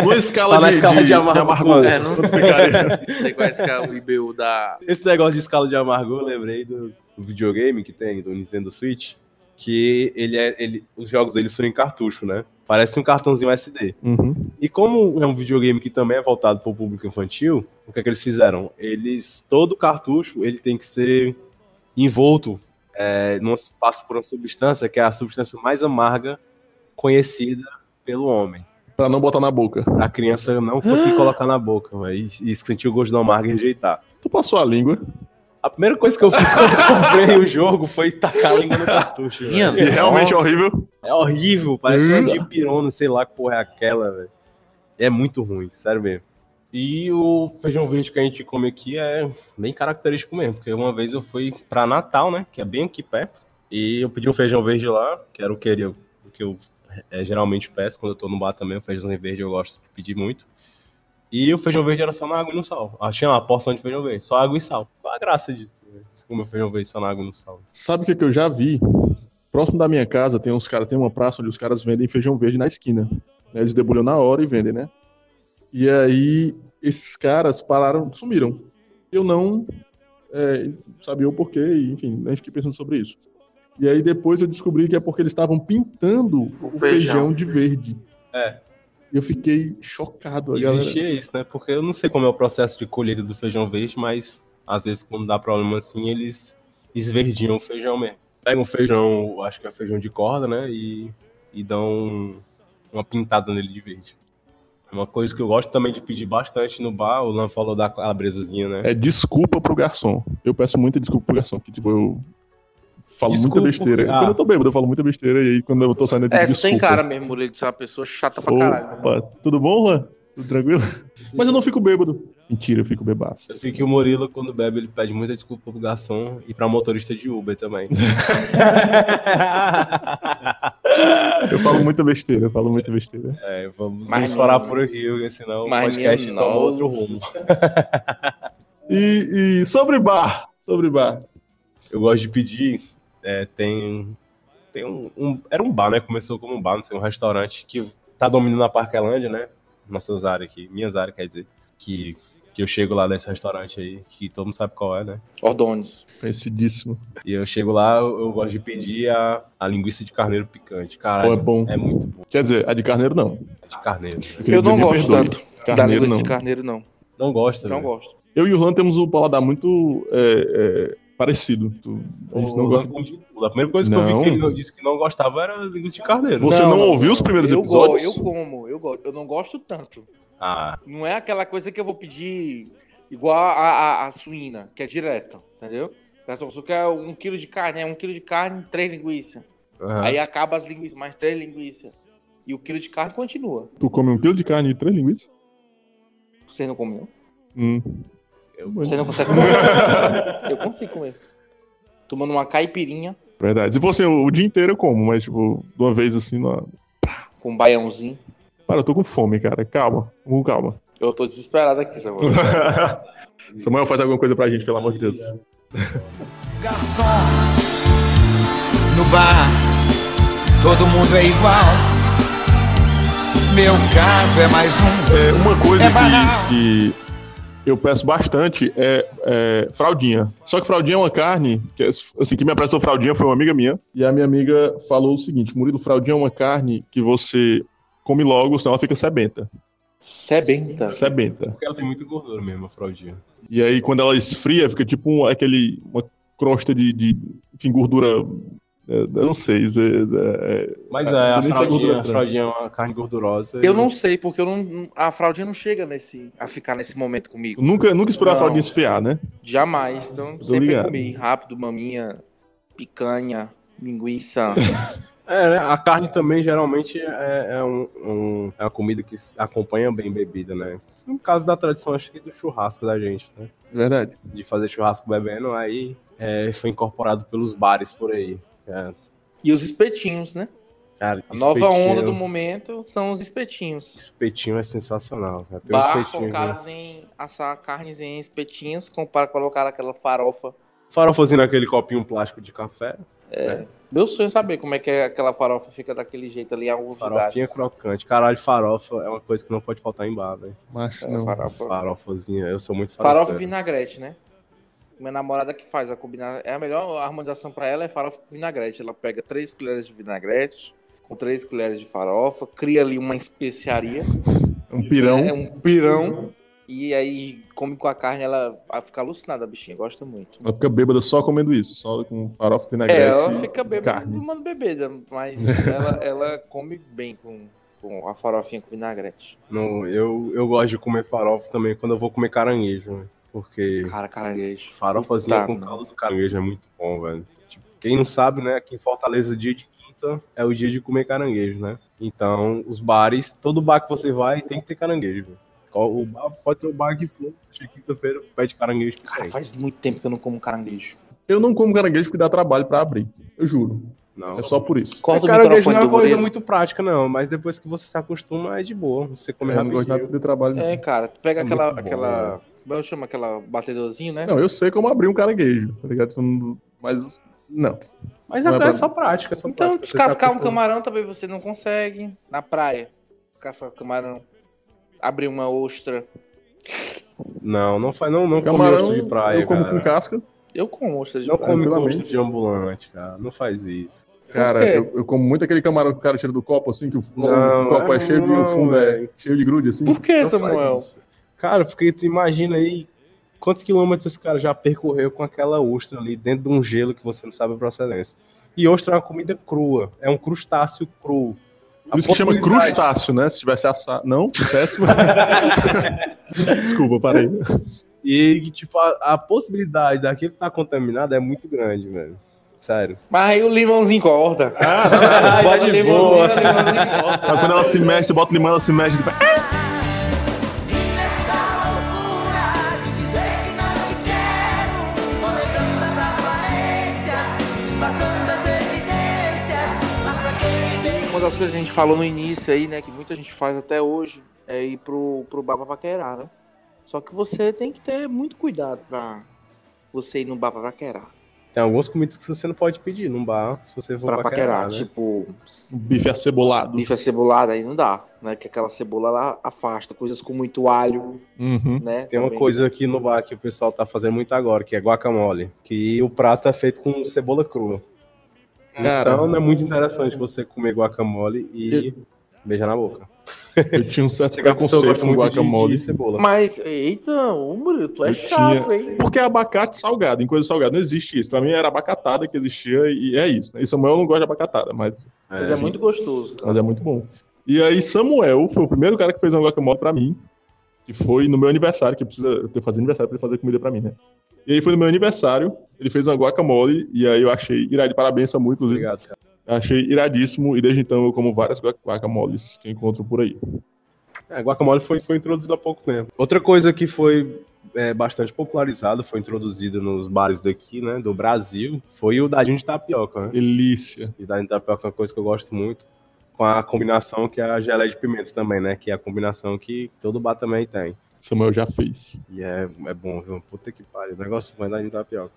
C: Numa escala,
B: Tá na
C: de,
B: escala
C: de,
B: de amargo.
C: amargor.
D: É, não-
C: Quanto ficaria?
D: Não sei qual é esse que é o IBU da.
B: Esse negócio de escala de amargor, eu lembrei do, do videogame que tem, do Nintendo Switch, que ele é, ele, os jogos dele são em cartucho, né? Parece um cartãozinho SD.
C: Uhum.
B: E como é um videogame que também é voltado para o público infantil, o que é que eles fizeram? Eles todo cartucho ele tem que ser envolto, é, numa- passa por uma substância que é a substância mais amarga conhecida pelo homem.
C: Pra não botar na boca.
B: A criança não conseguir colocar na boca, velho. E, e sentir o gosto do amargo e rejeitar.
C: Tu passou a língua
B: A primeira coisa que eu fiz quando eu comprei o jogo foi tacar a língua no cartucho.
D: Minha
B: velho.
C: e realmente é
B: Nossa,
C: horrível.
B: É horrível, parece
C: Hum.
B: uma dipirona, sei lá que porra é aquela, velho. É muito ruim, sério mesmo. E o feijão verde que a gente come aqui é bem característico mesmo, porque uma vez eu fui pra Natal, né, que é bem aqui perto, e eu pedi um feijão verde lá, que era o que eu, o que eu é, geralmente peço quando eu tô no bar também, o feijão verde eu gosto de pedir muito. E o feijão verde era só na água e no sal. Ah, Tinha uma porção de feijão verde, só água e sal. Qual a graça disso? velho? Você comer feijão verde só na água e no sal.
C: Sabe o que, que eu já vi? Próximo da minha casa tem uns caras, tem uma praça onde os caras vendem feijão verde na esquina. né? Eles debulham na hora e vendem, né? E aí esses caras pararam, sumiram. Eu não é, sabia o porquê, e, enfim, nem fiquei pensando sobre isso. E aí depois eu descobri que é porque eles estavam pintando o, feijão.
D: feijão
C: de verde.
B: É.
C: E eu fiquei chocado. A galera.
B: Existia isso, né? Porque eu não sei como é o processo de colheita do feijão verde, mas às vezes quando dá problema assim, eles esverdiam o feijão mesmo. Pegam o feijão, acho que é feijão de corda, né? E, e dão um- uma pintada nele de verde. É Uma coisa que eu gosto também de pedir bastante no bar, o Lan falou da calabresazinha, né?
C: É desculpa pro garçom. Eu peço muita desculpa pro garçom, que tipo, eu falo
B: Desculpa,
C: muita besteira.
B: ah.
C: Quando eu tô bêbado, eu falo muita besteira, e aí quando eu tô saindo, eu digo
D: É, tu
C: desculpa.
D: tem cara mesmo, Murilo, de ser uma pessoa chata pra caralho. né?
C: Opa, tudo bom, Juan? Tudo tranquilo? Mas eu não fico bêbado. Mentira, eu fico bebaço.
B: Eu sei que o Murilo, quando bebe, ele pede muita desculpa pro garçom e pra motorista de Uber também.
C: Eu falo muita besteira, eu falo muita besteira.
B: É, vamos,
D: Mas
B: vamos parar
D: não.
B: por aqui, porque senão o
D: Mas
B: podcast
D: minha
B: toma outro
D: nossa.
B: rumo.
C: E, e sobre bar, sobre bar.
B: eu gosto de pedir. é, tem tem um, um- Era um bar, né? Começou como um bar, não sei, um restaurante que tá dominando a Parquelândia, né? Nossas áreas aqui, minhas áreas, quer dizer. Que, que eu chego lá nesse restaurante aí, que todo mundo sabe qual é, né?
D: Ordones.
C: Conhecidíssimo.
B: E eu chego lá, eu, eu gosto de pedir a, a linguiça de carneiro picante. Caralho,
C: Ou é bom.
B: é muito bom
C: Quer dizer, a de carneiro não.
B: de carneiro. né?
C: queria
D: Eu
C: dizer,
D: não
C: me
D: gosto
C: perdoe.
D: tanto da
C: Carneiro
D: linguiça
C: não.
D: de carneiro, não.
B: Não né? gosta,
D: Não
B: velho.
D: gosto.
C: Eu e o Juan temos um paladar muito é, é, parecido. Tu- a gente não
B: O-
C: gosta.
B: o- o- A primeira coisa que eu
C: Não.
B: vi que ele disse que não gostava era linguiça de carneiro.
C: Você não, ouviu os primeiros
D: Eu, go,
C: episódios?
D: eu como, eu gosto. Eu não gosto tanto.
B: Ah,
D: Não é aquela coisa que eu vou pedir igual a, a, a suína, que é direta, entendeu? Mas só quer um quilo de carne, é um quilo de carne, três linguiças.
B: aham.
D: Aí acaba as linguiças, mais três linguiças. E o quilo de carne continua.
C: Tu come um quilo de carne e três linguiças?
D: Você não come, não?
C: Hum.
D: Você não consegue comer? eu consigo comer. Tomando uma caipirinha
C: Verdade. Se fosse o, o dia inteiro eu como, mas tipo, de uma vez assim. Não...
D: com um baiãozinho.
C: Para, eu tô com fome, cara. Calma, com calma.
D: Eu tô desesperado aqui, Samuel.
C: Samuel, faz alguma coisa pra gente, pelo amor de Deus.
F: Garçom, no bar, todo mundo é igual. Meu caso é mais um.
C: É, uma coisa
F: É banal.
C: que, que eu peço bastante é, é fraldinha. Só que fraldinha é uma carne, que, é- assim, que me apresentou fraldinha foi uma amiga minha. E a minha amiga falou o seguinte, Murilo, fraldinha é uma carne que você come logo, senão ela fica sebenta.
D: Sebenta.
C: Sebenta.
B: Porque ela tem muito gordura mesmo, a fraldinha.
C: E aí, quando ela esfria, fica tipo um- aquele, uma crosta de, de enfim, gordura... é, Eu não sei, dizer, é,
B: Mas
C: Ah,
B: é,
C: você
B: a
C: nem sabe
B: fraldinha,
C: gordura
B: a
C: trans.
B: fraldinha é uma carne gordurosa.
D: Eu
B: e-
D: não sei, porque eu não, a fraldinha não chega nesse, a ficar nesse momento comigo.
C: nunca, nunca esperar a
D: Não.
C: fraldinha esfriar, né?
D: Jamais. Então, sempre
C: ligado.
D: comi rápido, maminha, picanha, linguiça.
B: É, né? A carne também geralmente é, é um, um- é uma comida que se acompanha bem bebida, né? No caso da tradição, acho que do churrasco da gente, né?
C: Verdade.
B: De fazer churrasco bebendo, aí é, foi incorporado pelos bares por aí. É,
D: e os espetinhos, né?
B: cara,
D: A nova
B: espetinho-
D: onda do momento são os espetinhos.
B: Espetinho é sensacional. cara. Tem um
D: Bar
B: espetinho.
D: colocados
B: Né?
D: em assar carnes em espetinhos, compara colocar aquela farofa.
B: Farofazinho naquele copinho plástico de café.
D: Meu sonho é saber como é que aquela farofa fica daquele jeito ali em alguns
B: Farofinha
D: lugares.
B: crocante. Caralho, farofa é uma coisa que não pode faltar em bar, velho.
C: Macho,
D: É,
C: não.
D: farofa.
B: Farofazinha, eu sou muito
D: Farofa
B: farofeiro.
D: e vinagrete, né? Minha namorada que faz a combinação. É a melhor harmonização pra ela é farofa com vinagrete. Ela pega três colheres de vinagrete com três colheres de farofa, cria ali uma especiaria,
C: Um pirão.
D: né? um É pirão, e E aí come com a carne, ela vai ficar alucinada, a bichinha, gosta muito.
C: Ela fica bêbada só comendo isso, só com farofa,
D: É,
C: vinagrete.
D: ela
C: e
D: fica bêbada,
C: carne.
D: mano, bebida, mas ela, ela come bem com, com a farofinha com vinagrete.
B: Não, eu, eu gosto de comer farofa também quando eu vou comer caranguejo, né? porque
D: Cara, caranguejo.
B: farofazinha
D: Tá,
B: com
D: não.
B: caldo do caranguejo é muito bom, velho. Tipo, quem não sabe, né, aqui em Fortaleza, o dia de quinta é o dia de comer caranguejo, né? Então, os bares, todo bar que você vai tem que ter caranguejo, velho. Qual- O bar, pode ser o bar que for, chega quinta-feira, pede caranguejo. que
D: Cara,
B: tem.
D: faz muito tempo que eu não como caranguejo.
C: Eu não como caranguejo porque dá trabalho pra abrir. Eu juro.
B: Não.
C: É só por isso.
D: Corta o
B: caranguejo
D: microfone
B: não é
D: do
B: uma coisa
D: Moreira.
B: muito prática, não, mas depois que você se acostuma, é de boa. Você come
C: Eu não gosto de nada
B: rapidinho.
C: de trabalho. não.
B: Uhum.
D: É, cara, tu pega
C: É
D: aquela,
C: muito bom,
D: aquela,
B: né?
D: como eu chamo aquela batedorzinho, né?
C: Não, eu sei como abrir um caranguejo, tá ligado? Mas, não.
B: Mas
C: Não é
B: é,
C: pra-
B: é só prática. é só
D: Então,
B: prática, você se
D: descascar um
B: acostuma.
D: camarão também você não consegue. Na praia, descascar um camarão. Abrir uma ostra.
B: Não, não faz, não, não come
C: Camarão,
B: osso de praia,
C: eu como
B: cara.
C: com casca.
D: Eu como ostra de
B: Não
D: praia.
B: come
C: tranquilamente.
B: gosto de ambulante, cara. Não faz isso.
C: Cara,
D: Por quê?
C: eu, eu como muito aquele camarão que o cara tira do copo, assim, que o, o
B: Não,
C: copo é,
B: é
C: cheio de, o
B: não,
C: fundo é
B: velho.
C: cheio de grude, assim.
D: Por que,
B: Não faz
D: Samuel?
B: isso. Cara, porque tu imagina aí quantos quilômetros esse cara já percorreu com aquela ostra ali dentro de um gelo que você não sabe a procedência. E ostra é uma comida crua, é um crustáceo cru.
C: Por isso que chama
B: possibilidade-
C: crustáceo, né? Se tivesse assado. Não, péssimo. Desculpa, parei.
B: E, tipo, a, a possibilidade daquele estar contaminado é muito grande, velho. Sério.
D: Mas aí o limãozinho corta.
B: tá de
D: Bota o
B: boa.
D: limãozinho, o limãozinho corta.
C: Sabe quando ela se mexe, você bota o limão, ela se mexe. você faz-
D: Uma das coisas que a gente falou no início aí, né, que muita gente faz até hoje, é ir pro, pro bar pra paquerar, né? Só que você tem que ter muito cuidado pra você ir no bar pra paquerar.
B: Tem algumas comidas que você não pode pedir num bar, se você for
D: Pra paquerar,
B: né?
D: tipo,
C: Um Bife
B: Uhum.
C: acebolado.
D: bife acebolado aí não dá, né? Que aquela cebola ela afasta, coisas com muito alho,
C: Uhum.
D: né?
B: Tem uma
D: também.
B: coisa aqui no bar que o pessoal tá fazendo muito agora, que é guacamole, que o prato é feito com cebola crua.
C: Cara,
B: Então não é muito interessante você comer guacamole e beijar na boca.
C: eu tinha um certo
B: Você gosta
C: preconceito com
B: muito
C: guacamole.
B: de, de cebola.
D: Mas, eita, ô, Murilo, tu é
C: Eu
D: chato, hein?
C: Porque é abacate salgado, em coisa salgada. Não existe isso. Pra mim era abacatada que existia e é isso. Né? E Samuel não gosta de abacatada, mas,
D: Mas é muito gostoso, cara.
C: mas é muito bom. E aí Samuel foi o primeiro cara que fez um guacamole pra mim. Que foi no meu aniversário, que precisa eu tenho que fazer aniversário pra ele fazer comida pra mim, né? E aí foi no meu aniversário, ele fez uma guacamole e aí eu achei irado. Parabéns, Samuel, inclusive.
B: Obrigado, cara.
C: Achei iradíssimo e desde então eu como várias guac- guacamoles que eu encontro por aí.
B: É, guacamole foi, foi introduzido há pouco tempo. Outra coisa que foi é, bastante popularizada, foi introduzida nos bares daqui, né, do Brasil, foi o dadinho de tapioca, né?
C: Delícia.
B: E dadinho de tapioca é uma coisa que eu gosto muito. Com a combinação que é a geleia de pimenta também, né? Que é a combinação que todo bar também tem.
C: Samuel já fez.
B: E é, é bom, viu? Puta que pariu. O negócio vai dar em tapioca.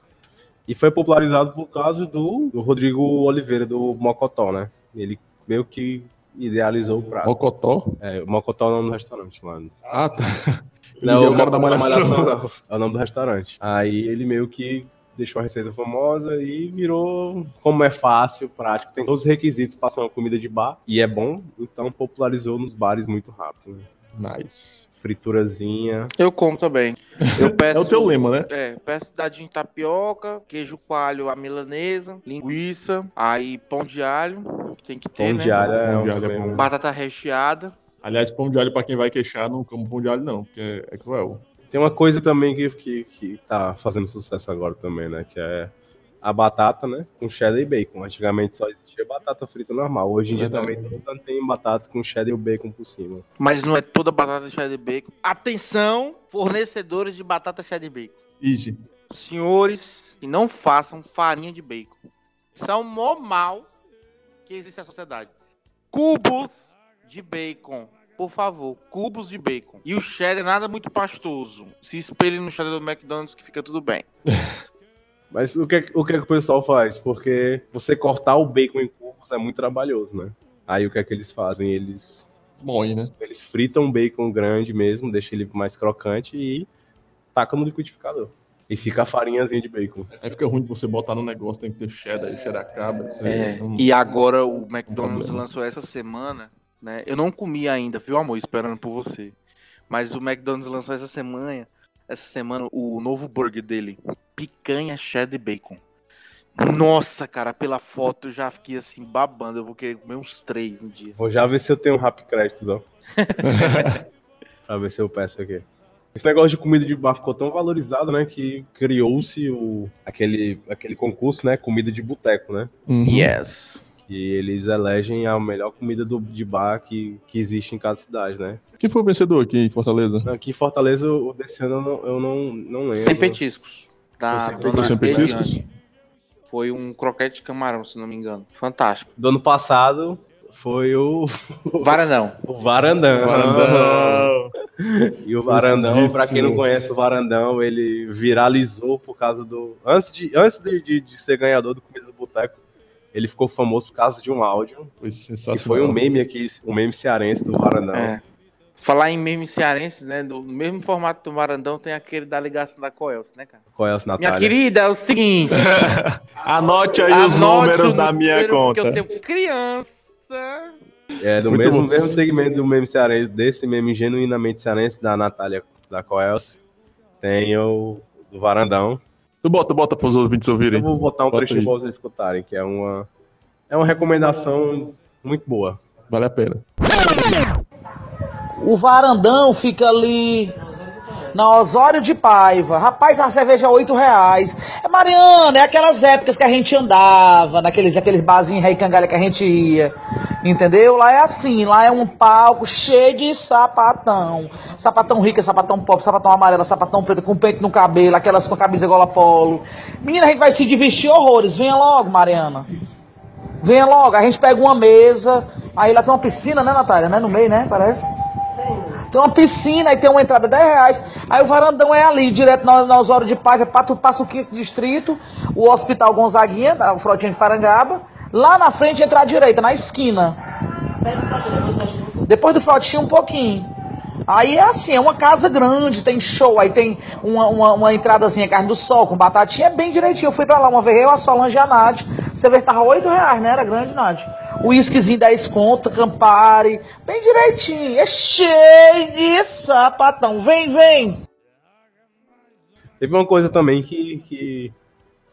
B: E foi popularizado por causa do, do Rodrigo Oliveira, do Mocotó, né? Ele meio que idealizou o prato.
C: Mocotó?
B: É, o Mocotó é o nome do restaurante, mano.
C: Ah, tá. Ele é o cara da malhação.
B: não. É o nome do restaurante. Aí ele meio que deixou a receita famosa e virou como é fácil, prático. Tem todos os requisitos para ser uma comida de bar. E é bom, então popularizou nos bares muito rápido. né?
C: Nice.
B: Friturazinha.
D: Eu como também. Eu peço...
C: É o teu lema, né?
D: É, peço dadinho de tapioca, queijo coalho à milanesa, linguiça, aí pão de alho, tem que ter,
B: Pão
D: né?
B: de alho é
C: Pão
B: um
C: de alho é
B: também
C: bom.
B: um-
D: Batata recheada.
C: Aliás, pão de alho, pra quem vai queixar, não como pão de alho, não, porque é- é cruel.
B: Tem uma coisa também que, que, que tá fazendo sucesso agora também, né? Que é a batata, né? Com cheddar e bacon. Antigamente só existia batata frita normal. Hoje em dia
C: Verdade.
B: também todo canto tem batata com cheddar e o bacon por cima.
D: Mas não é toda batata cheia de bacon. Atenção, fornecedores de batata cheia de bacon.
C: Ige.
D: Senhores, que não façam farinha de bacon. São mó mal que existe na sociedade. Cubos de bacon. Por favor, cubos de bacon. E o cheddar, é nada muito pastoso. Se espelhe no cheddar do McDonald's que fica tudo bem.
B: Mas o que, é que- o que é que o pessoal faz? Porque você cortar o bacon em cubos é muito trabalhoso, né? Aí o que é que eles fazem? Eles,
C: Moe, né?
B: eles fritam o bacon grande mesmo, deixam ele mais crocante e tacam no liquidificador. E fica a farinhazinha de bacon.
C: Aí fica ruim de você botar no negócio, tem que ter cheddar, aí cheddar cabra. isso aí.
D: É,
C: Hum.
D: e agora o McDonald's
C: problema.
D: lançou essa semana, né? Eu não comi ainda, viu, amor? Esperando por você. Mas o McDonald's lançou essa semana, essa semana o novo burger dele, picanha cheddar e bacon. Nossa, cara, pela foto eu já fiquei assim babando. Eu vou querer comer uns três no dia.
B: Vou já ver se eu tenho um rap créditos, ó.
D: é.
B: pra ver se eu peço aqui. Esse negócio de comida de bar ficou tão valorizado, né? Que criou-se o- aquele, aquele concurso, né? Comida de boteco, né?
C: Uhum.
D: é. Yes.
B: E eles elegem a melhor comida do, de bar que, que existe em cada cidade, né?
C: Quem foi o vencedor aqui em Fortaleza?
B: Aqui em Fortaleza, o desse ano eu não, eu não, não lembro.
D: Sem petiscos. Tá, Da
B: Foi sem
D: dona
C: Foi sem
D: Eliane.
C: petiscos?
D: Foi um croquete de camarão, se não me engano. Fantástico.
B: Do ano passado foi o,
D: Varanão.
B: o Varandão.
C: Varandão.
B: E o Varandão, pra quem não
C: Desperdício.
B: conhece o Varandão, ele viralizou por causa do. Antes de, antes de, de, de ser ganhador do Comida do Boteco, ele ficou famoso por causa de um áudio.
C: Foi
B: Que
C: sensacional.
B: foi um meme aqui, um meme cearense do Varandão.
D: É. Falar em meme cearense, né? Do no mesmo formato do Marandão, tem aquele da ligação da Coelce, né, cara?
B: Qual é o
D: Minha
B: Natália?
D: querida, é o seguinte.
C: Anote aí os
D: anote
C: números
D: o
C: da minha
D: número,
C: conta.
D: Porque eu tenho criança.
B: É, do
C: Muito
B: mesmo,
C: bom.
B: mesmo segmento do meme cearense, desse meme genuinamente cearense da Natália da Coelce, tem o do Varandão.
C: Tu bota, bota pros ouvintes ouvirem.
B: Eu vou botar um
C: Bota
B: trechinho
C: aí.
B: pra vocês escutarem, que é uma, é uma recomendação muito boa.
C: Vale a pena.
G: O varandão fica ali na Osório de Paiva. Rapaz, a cerveja é 8 reais. É Mariana, é aquelas épocas que a gente andava, naqueles aqueles barzinhos rei cangalha que a gente ia. Entendeu? Lá é assim, lá é um palco cheio de sapatão. Sapatão rica, sapatão pobre, sapatão amarelo, sapatão preto, com pente no cabelo, aquelas com camisa gola polo. Menina, a gente vai se divertir horrores. Venha logo, Mariana. Venha logo, a gente pega uma mesa, aí lá tem uma piscina, né, Natália? Né? No meio, né? Parece? Tem uma piscina, aí tem uma entrada de 10 reais. Aí o varandão é ali, direto na, na Osório de Paiva, pa- tu passa o 15 distrito, o Hospital Gonzaguinha, da- o Frotinha de Parangaba. Lá na frente entrar à direita, na esquina. Depois do Frotinha um pouquinho. Aí é assim, é uma casa grande, tem show, aí tem uma, uma, uma entradazinha carne do sol com batatinha, é bem direitinho. Eu fui pra lá uma vez, eu, a Solange e a Nath. Você vê, tava 8 reais, né? Era grande, Nath. O uísquezinho 10 conto, Campari, bem direitinho. É cheio de sapatão. Vem, vem!
B: Teve uma coisa também que, que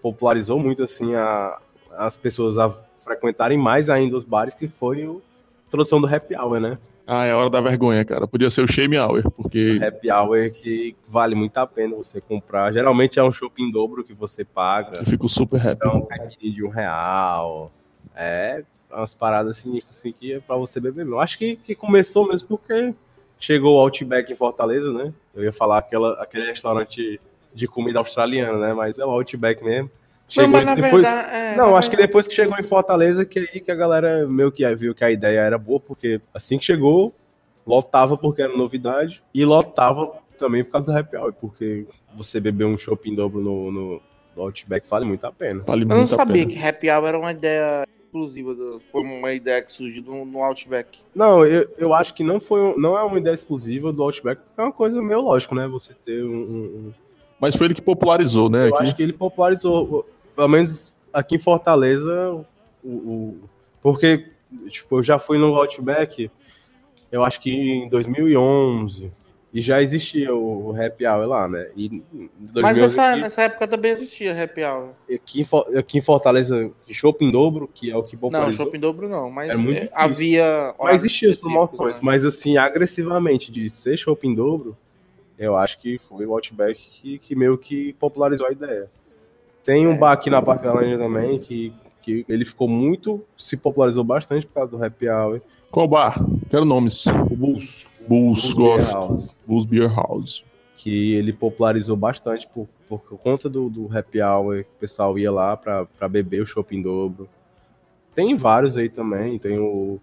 B: popularizou muito assim a- as pessoas a frequentarem mais ainda os bares, que foi o- a introdução do happy hour, né?
C: Ah, é a hora da vergonha, cara. Podia ser o Shame Hour, porque
B: Happy hour que vale muito a pena você comprar. Geralmente é um shopping dobro que você paga.
C: eu fico super happy.
B: É um caipirinha de um real. É umas paradas sinistras assim que é pra você beber mesmo. Acho que, que começou mesmo porque chegou o Outback em Fortaleza, né? Eu ia falar aquela, aquele restaurante de comida australiana, né? Mas é o Outback mesmo. Chegou
D: mas na
B: depois.
D: verdade, é,
B: não,
D: na
B: acho que depois que chegou em Fortaleza, que aí que a galera meio que viu que a ideia era boa, porque assim que chegou, lotava porque era novidade, e lotava também por causa do happy hour, porque você beber um shopping dobro no, no, no Outback vale muito a pena.
C: Vale
D: Eu não
C: muito a
D: sabia
C: pena.
D: que Happy Hour era uma ideia exclusiva. do- Foi uma ideia que surgiu no, no Outback.
B: Não, eu, eu acho que não foi um- não é uma ideia exclusiva do Outback, porque é uma coisa meio lógico, né? Você ter um. um- um-
C: Mas foi ele que popularizou, né?
B: Eu
C: aqui.
B: acho que ele popularizou, pelo menos aqui em Fortaleza, o, o- porque tipo, eu já fui no Outback, eu acho que em 2011 e já existia o o Happy Hour lá, né? E em
D: Mas
B: 2011
D: nessa,
B: aqui-
D: nessa época também existia Happy Hour.
B: aqui, em Fo- aqui em Fortaleza, shopping dobro, que é o que
D: Não,
B: popularizou.
D: shopping dobro não, mas
B: É muito
D: eh,
B: difícil.
D: havia.
B: Mas
D: horários
B: existiam as
D: específicos,
B: promoções,
D: né?
B: mas assim, agressivamente, de ser shopping dobro, eu acho que foi o Outback que, que meio que popularizou a ideia. Tem um
D: É.
B: bar aqui na Parque da Laranja também, que, que ele ficou muito, se popularizou bastante por causa do happy hour.
C: Qual bar? Quero nomes.
B: O Bulls.
C: Bulls,
B: Bulls Beer
C: gosto.
B: House.
C: Bulls Beer House.
B: Que ele popularizou bastante por, por conta do, do happy hour, que o pessoal ia lá pra, pra beber o shopping dobro. Tem vários aí também, tem o...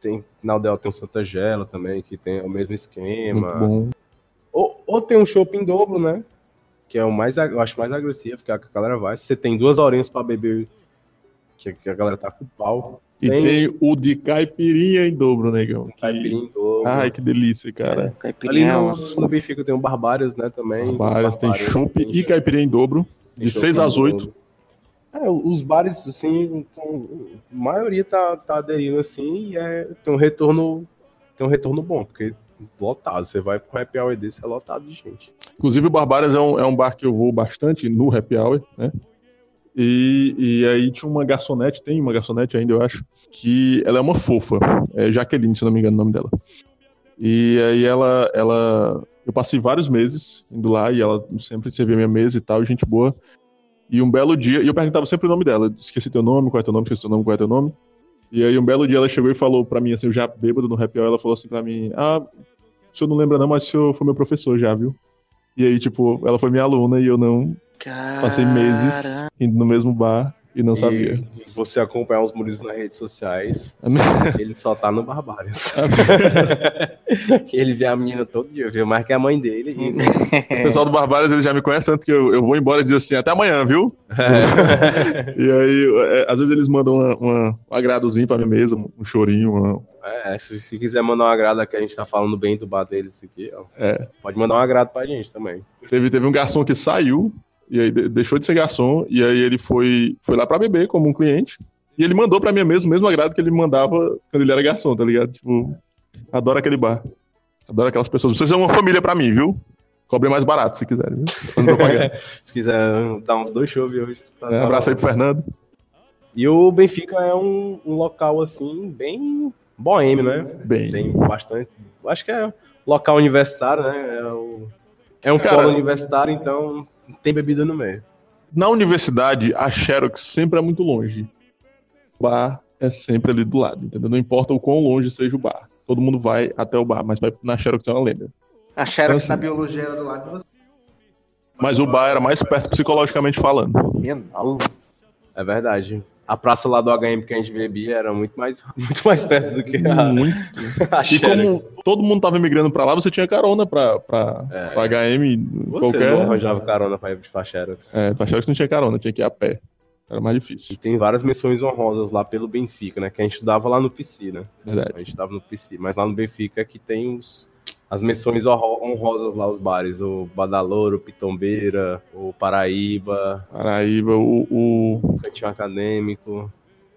B: Tem, na Aldeia tem o Santa Gela também, que tem o mesmo esquema.
C: Muito bom.
B: Ou, ou tem um shopping dobro, né? Que é o mais, ag- eu acho mais agressivo, que é a que a galera vai. Você tem duas horinhas pra beber, que, que a galera tá com pau.
C: E
B: Tem-
C: tem... o de caipirinha em dobro, negão. Que-
B: Caipirinha em dobro.
C: Ai, que delícia, cara.
B: é Ali
D: Caipirinha é
B: no,
D: uma-
B: no Benfica tem um Barbárias, né, também.
C: Várias, tem chopp
B: tem
C: e
B: chopp,
C: caipirinha em dobro.
B: tem
C: de
B: chopp
C: seis
B: em
C: às oito.
B: dobro. né? É, os bares, assim, tão- a maioria tá, tá aderindo, assim, e é, tem um retorno tem um retorno bom, porque lotado. Você vai pro happy hour desse, é lotado de gente.
C: Inclusive, o Barbárias é um, é um bar que eu vou bastante no happy hour, né? E, e aí tinha uma garçonete, tem uma garçonete ainda, eu acho, que ela é uma fofa. É Jaqueline, se eu não me engano, o nome dela. E aí ela, ela. Eu passei vários meses indo lá e ela sempre servia minha mesa e tal, gente boa. E um belo dia, e eu perguntava sempre o nome dela. Esqueci teu nome, qual é teu nome, esqueci teu nome, qual é teu nome. E aí um belo dia ela chegou e falou pra mim, assim, eu já bêbado no happy hour, ela falou assim pra mim, ah, o senhor não lembra não, mas o senhor foi meu professor já, viu? E aí, tipo, ela foi minha aluna e eu não passei meses indo no mesmo bar e não sabia.
B: E você acompanhar os Murilo nas redes sociais, ele só tá no Barbários. que ele vê a menina todo dia, viu mais que a mãe dele.
C: Hum.
B: E...
C: O pessoal do Barbários ele já me conhece tanto que eu, eu vou embora e diz assim, até amanhã, viu? e aí, é, às vezes eles mandam uma, uma- um agradozinho pra minha mesa, um chorinho, uma-
B: É, se, se quiser mandar um agrado aqui, a gente tá falando bem do bar deles aqui, ó.
C: É.
B: Pode mandar um agrado pra gente também.
C: Teve, teve um garçom que saiu, e aí de- deixou de ser garçom, e aí ele foi, foi lá pra beber como um cliente. E ele mandou pra minha mesa o mesmo agrado que ele mandava quando ele era garçom, tá ligado? Tipo, adoro aquele bar. Adoro aquelas pessoas. Vocês são uma família pra mim, viu? Cobrem mais barato se quiserem, viu? Fazendo propaganda.
B: Se quiser hum, dar uns dois shows hoje. tá-
C: É,
B: tá
C: abraço aí
B: bom.
C: pro Fernando.
B: E o Benfica é um, um local, assim, bem boêmio, né?
C: Bem.
B: Tem bastante... Acho que é local universitário, né? É, o- é um
C: Cara-
B: polo universitário, então tem bebida no meio.
C: Na universidade, a Xerox sempre é muito longe. O bar é sempre ali do lado, entendeu? Não importa o quão longe seja o bar. Todo mundo vai até o bar, mas vai na Xerox é uma lenda.
D: A Xerox
C: Então,
E: A biologia era do lado de você.
C: Mas o bar era mais perto psicologicamente falando.
D: Bienal.
B: É verdade. A praça lá do HM que a gente bebia era muito mais, muito mais perto do que a,
C: Muito.
B: a
C: Hum. E
B: Xerox. É.
C: como todo mundo tava migrando pra lá, você tinha carona pra, pra, pra HM,
B: Você né? não
C: qualquer.
B: arranjava carona pra ir pra Xerox.
C: É, pra Xerox não tinha carona, tinha que ir a pé. Era mais
B: E
C: difícil,
B: tem várias menções honrosas lá pelo Benfica, né? Que a gente estudava lá no PC, né?
C: verdade.
B: A gente estudava no PC. Mas lá no Benfica é que tem os, as menções honro- honrosas lá, os bares. O Badalouro, o Pitombeira, o Paraíba,
C: Paraíba, o, o
B: o Cantinho Acadêmico,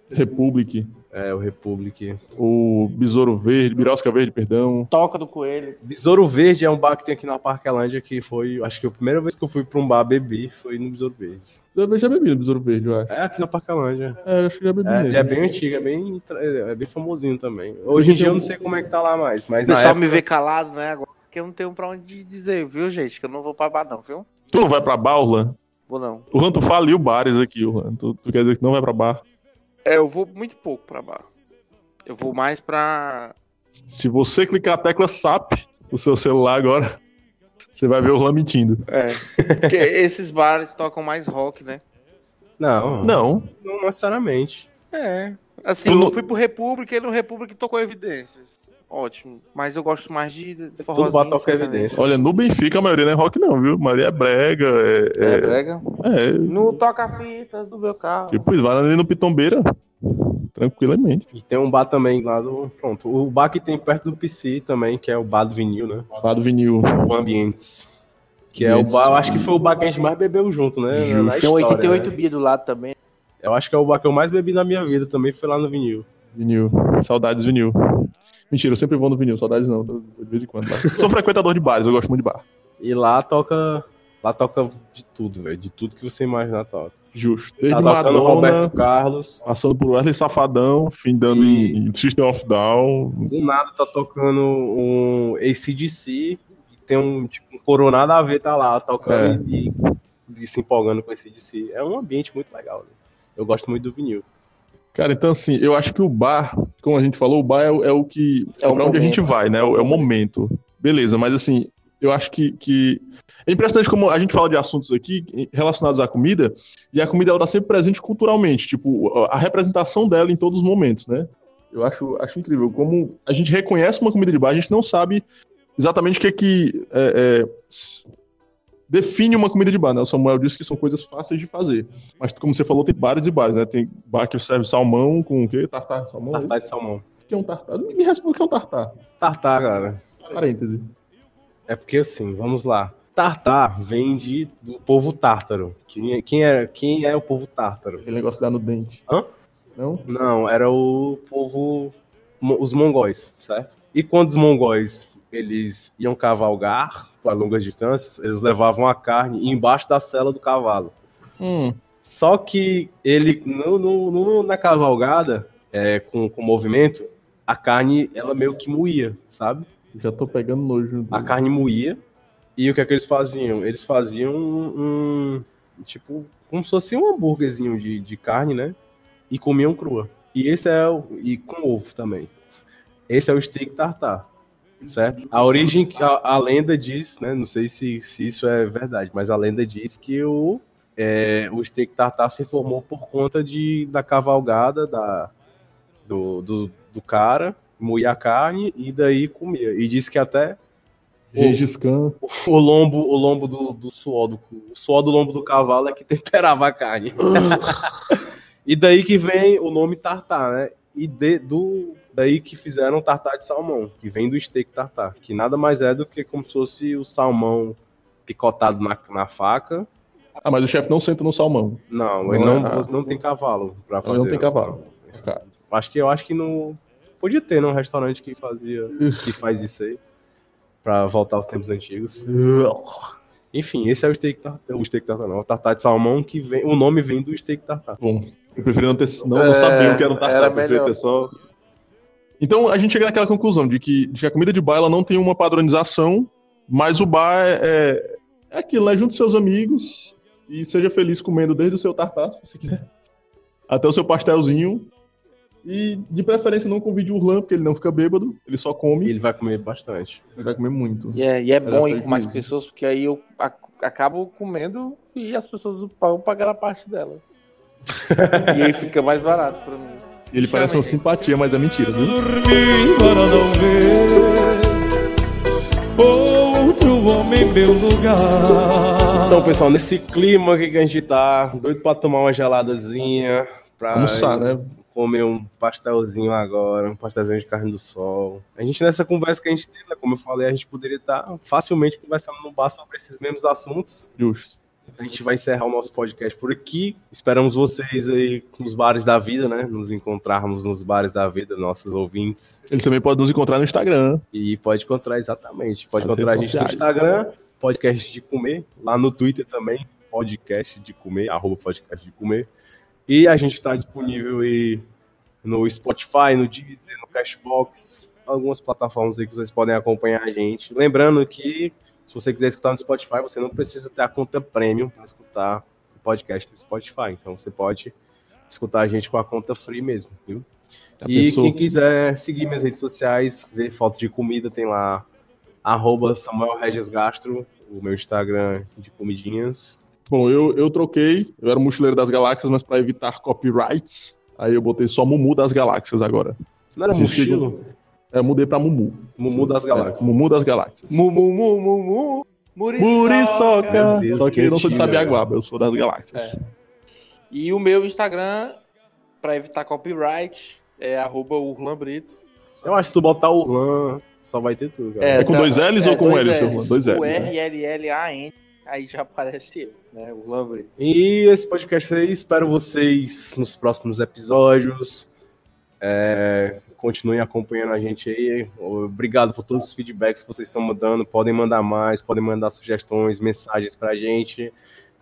C: Republic,
B: é, o Republic.
C: o Besouro Verde, Birosca Verde, perdão.
D: Toca do coelho.
B: Besouro Verde é um bar que tem aqui na Parquelândia que foi... Acho que a primeira vez que eu fui pra um bar bebi foi no Besouro Verde.
C: Eu já bebi no É Besouro Verde, eu acho.
B: É aqui na Parquelândia.
C: É, eu acho que já bebi
B: É,
C: nele.
B: ele é bem antigo, é bem, tra- é bem famosinho também. Hoje em dia eu não sei como é que tá lá mais, mas
D: O
B: na
D: pessoal
B: época...
D: me vê calado, né? Agora que eu não tenho pra onde dizer, viu, gente? Que eu não vou pra bar, não, viu?
C: Tu não vai pra bar, Orlan?
D: Vou não.
C: O Ranto faliu bares aqui, Orlan. Tu, tu quer dizer que tu não vai pra bar?
D: É, eu vou muito pouco pra bar. Eu vou mais pra.
C: Se você clicar a tecla SAP no seu celular agora, você vai ver o Orlan mentindo.
D: É. Porque esses bares tocam mais rock, né?
B: Não, não,
C: Não,
B: não necessariamente.
D: É. Assim,
C: Tu não-
D: eu fui pro República e no República tocou evidências. Ótimo. Mas eu gosto mais de de
B: Todo
D: forrozinho.
B: bar toca
D: sertanejo.
B: evidência.
C: Olha, no Benfica a maioria não é rock, não, viu? A maioria é brega, é.
D: É,
C: é,
D: brega.
C: é,
D: No toca-fitas do meu carro.
C: tipo, eles vai ali no Pitombeira, tranquilamente.
B: E tem um bar também lá do. Pronto, o bar que tem perto do PC também, que é o bar do vinil, né?
C: Lá do vinil.
B: O Ambientes. Que é o
C: Isso.
B: bar, eu acho que foi o bar que a gente mais bebeu junto, né? Na- Na
D: Tem um
B: história,
D: 88
B: né?
D: bi do lado também.
B: Eu acho que é o bar que eu mais bebi na minha vida também, foi lá no vinil.
C: Vinil. Saudades, vinil. Mentira, eu sempre vou no vinil, saudades não, de vez em quando. mas- Sou frequentador de bares, eu gosto muito de bar.
B: E lá toca. Lá toca de tudo, velho. De tudo que você imaginar toca.
C: Justo.
B: Tá
C: Desde
B: tocando
C: Madonna,
B: Roberto Carlos.
C: passando por Wesley Safadão, findando
B: E-
C: em, em System of Down.
B: do nada tá tocando um ACDC, e tem um tipo um coronado a ver tá lá tocando e, e se empolgando com ACDC. É um ambiente muito legal. né? Eu gosto muito do vinil.
C: Cara, então assim, eu acho que o bar, como a gente falou, o bar é, o- é o que. É,
D: É o
C: pra onde a
D: momento.
C: gente vai, né? É o é o momento. Beleza, mas assim, eu acho que, que. É impressionante como a gente fala de assuntos aqui relacionados à comida, e a comida ela tá sempre presente culturalmente, tipo, a a representação dela em todos os momentos, né? Eu acho, acho incrível como a gente reconhece uma comida de bar, a gente não sabe exatamente o que é que é, é, s- define uma comida de bar, né? O Samuel disse que são coisas fáceis de fazer. Mas como você falou, tem bares e bares, né? Tem bar que serve salmão com o quê? Tartar de salmão?
B: Tartar de salmão.
C: O que é um tartar? Me responde o que é um tartar.
B: Tartar, cara.
C: Parêntese.
B: É porque assim, vamos lá. Tartar vem de, do povo tártaro. Quem é, quem, é, quem é o povo tártaro?
C: Aquele negócio dá no dente.
B: Hã?
C: Não?
B: Não, era o povo mo- os mongóis, certo? E quando os mongóis eles iam cavalgar para longas distâncias, eles levavam a carne embaixo da sela do cavalo.
C: Hum.
B: Só que ele, no, no- no- na cavalgada, é, com, com movimento, a carne ela meio que moía, sabe?
C: Já tô pegando nojo. do-
B: A carne moía. E o que é que eles faziam? Eles faziam um. um- tipo, como se fosse um hambúrguerzinho de, de carne, né? E comiam crua. E esse é o. E com ovo também. Esse é o steak tartar. Certo? A origem, a, a lenda diz, né? Não sei se, se isso é verdade, mas a lenda diz que o, é, o steak tartar se formou por conta de, da cavalgada da, do, do, do cara, moía a carne e daí comia. E diz que até
C: Gengis Khan.
B: o lombo, o lombo do, do suor do o suor do lombo do cavalo é que temperava a carne. e daí que vem o nome tartar, né? E de- do daí que fizeram tartar de salmão, que vem do steak tartar, que nada mais é do que como se fosse o salmão picotado na, na faca.
C: Ah, mas o chefe não senta no salmão.
B: Não, ele
C: Não
B: não,
C: é-
B: não, tem cavalo para
C: Ele
B: fazer.
C: não tem cavalo. Cara.
B: Acho que eu acho que no podia ter num restaurante que fazia que faz isso aí para voltar aos tempos antigos. Enfim, esse é o steak tartar, o steak tartar não, o tartar de salmão que vem, o nome vem do steak tartar.
C: Bom, eu prefiro não ter. Não, não
H: É,
C: sabia o que era um
H: era
C: tartar, eu prefiro
H: melhor.
C: ter só. Então a gente chega naquela conclusão de que, de que a comida de bar ela não tem uma padronização, mas o bar é, é aquilo, né? Junte seus amigos e seja feliz comendo desde o seu tartar, se você quiser, até o seu pastelzinho. E de preferência não convide o Urlan, porque ele não fica bêbado, ele só
B: E
C: come,
B: ele vai comer bastante.
C: ele vai comer muito.
H: E é, e é bom ir com
C: prejuízo.
H: mais pessoas, porque aí eu ac- acabo comendo e as pessoas vão pagar a parte dela. e aí fica mais barato pra mim.
C: E ele parece uma simpatia, mas é mentira, viu?
A: Dormi para não ver outro homem em meu lugar.
B: Então, pessoal, nesse clima que a gente tá, doido pra tomar uma geladazinha, pra
C: Almoçar, né?
B: comer um pastelzinho agora, um pastelzinho de carne do sol. A gente, nessa conversa que a gente teve, né, como eu falei, a gente poderia estar facilmente conversando no bar sobre esses mesmos assuntos.
C: Justo.
B: A gente vai encerrar o nosso podcast por aqui. Esperamos vocês aí nos bares da vida, né? Nos encontrarmos nos bares da vida, nossos ouvintes.
C: Eles também podem nos encontrar no Instagram.
B: E pode encontrar exatamente. Pode
C: Nas
B: encontrar a gente
C: redes
B: no
C: sociais.
B: Instagram, podcast de comer, lá no Twitter também, podcast de comer, arroba podcast de comer. E a gente está disponível aí no Spotify, no Deezer, no Cashbox, algumas plataformas aí que vocês podem acompanhar a gente. Lembrando que se você quiser escutar no Spotify, você não precisa ter a conta premium para escutar o podcast no Spotify. Então você pode escutar a gente com a conta free mesmo, viu?
C: Já
B: E
C: pensou?
B: quem quiser é, seguir minhas redes sociais, ver foto de comida, tem lá arroba Samuel Regis Gastro, o meu Instagram de comidinhas.
C: Bom, eu, eu troquei, eu era o mochileiro das galáxias, mas pra evitar copyrights, aí eu botei só Mumu das Galáxias agora.
B: Não era
C: Sim,
B: mochilo?
C: É, eu mudei pra Mumu.
B: Mumu das
C: É,
B: Galáxias.
C: Mumu das Galáxias.
H: Mu, mu, mu, mu, mu. Muriçoca.
B: Meu
C: Muriçoca!
B: Deus,
C: Só que eu não sou de
B: quentinho,
C: Sabiaguaba, eu sou das Galáxias.
B: É.
H: E o meu Instagram, pra evitar copyright, é arroba Urlan Brito.
B: Eu acho que se tu botar o Lan, só vai ter tudo, galera.
C: É com dois
H: tá,
C: L's ou com L, seu Urlan? Dois L's,
H: O
C: né?
H: R-L-L-A-N, aí já aparece eu, né? Urlan Brito.
B: E esse podcast aí, espero vocês nos próximos episódios. É, continuem acompanhando a gente aí. Obrigado por todos os feedbacks que vocês estão mandando. Podem mandar mais, podem mandar sugestões, mensagens pra gente.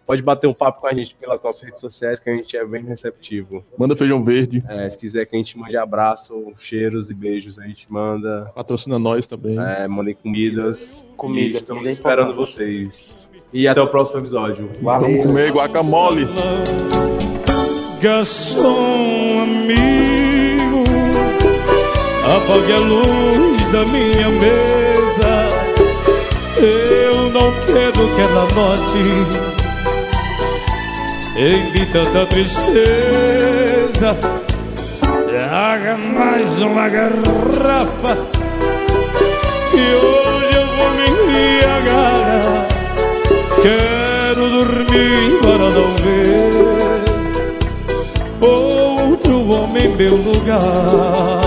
B: Pode bater um papo com a gente pelas nossas redes sociais, que a gente é bem receptivo.
C: Manda feijão verde,
B: É, se quiser que a gente mande abraço, cheiros e beijos, a gente manda.
C: patrocina nós também.
B: É, mandem comidas.
H: Comida,
B: E estamos
H: comida é
B: esperando
H: importante.
B: vocês. E até o próximo episódio.
C: Vamos comer guacamole.
A: Garçom um amigo, apague a luz da minha mesa. Eu não quero que ela note em mim tanta tristeza. Traga mais uma garrafa que hoje eu vou me embriagar. Quero dormir para não ver outro homem em meu lugar.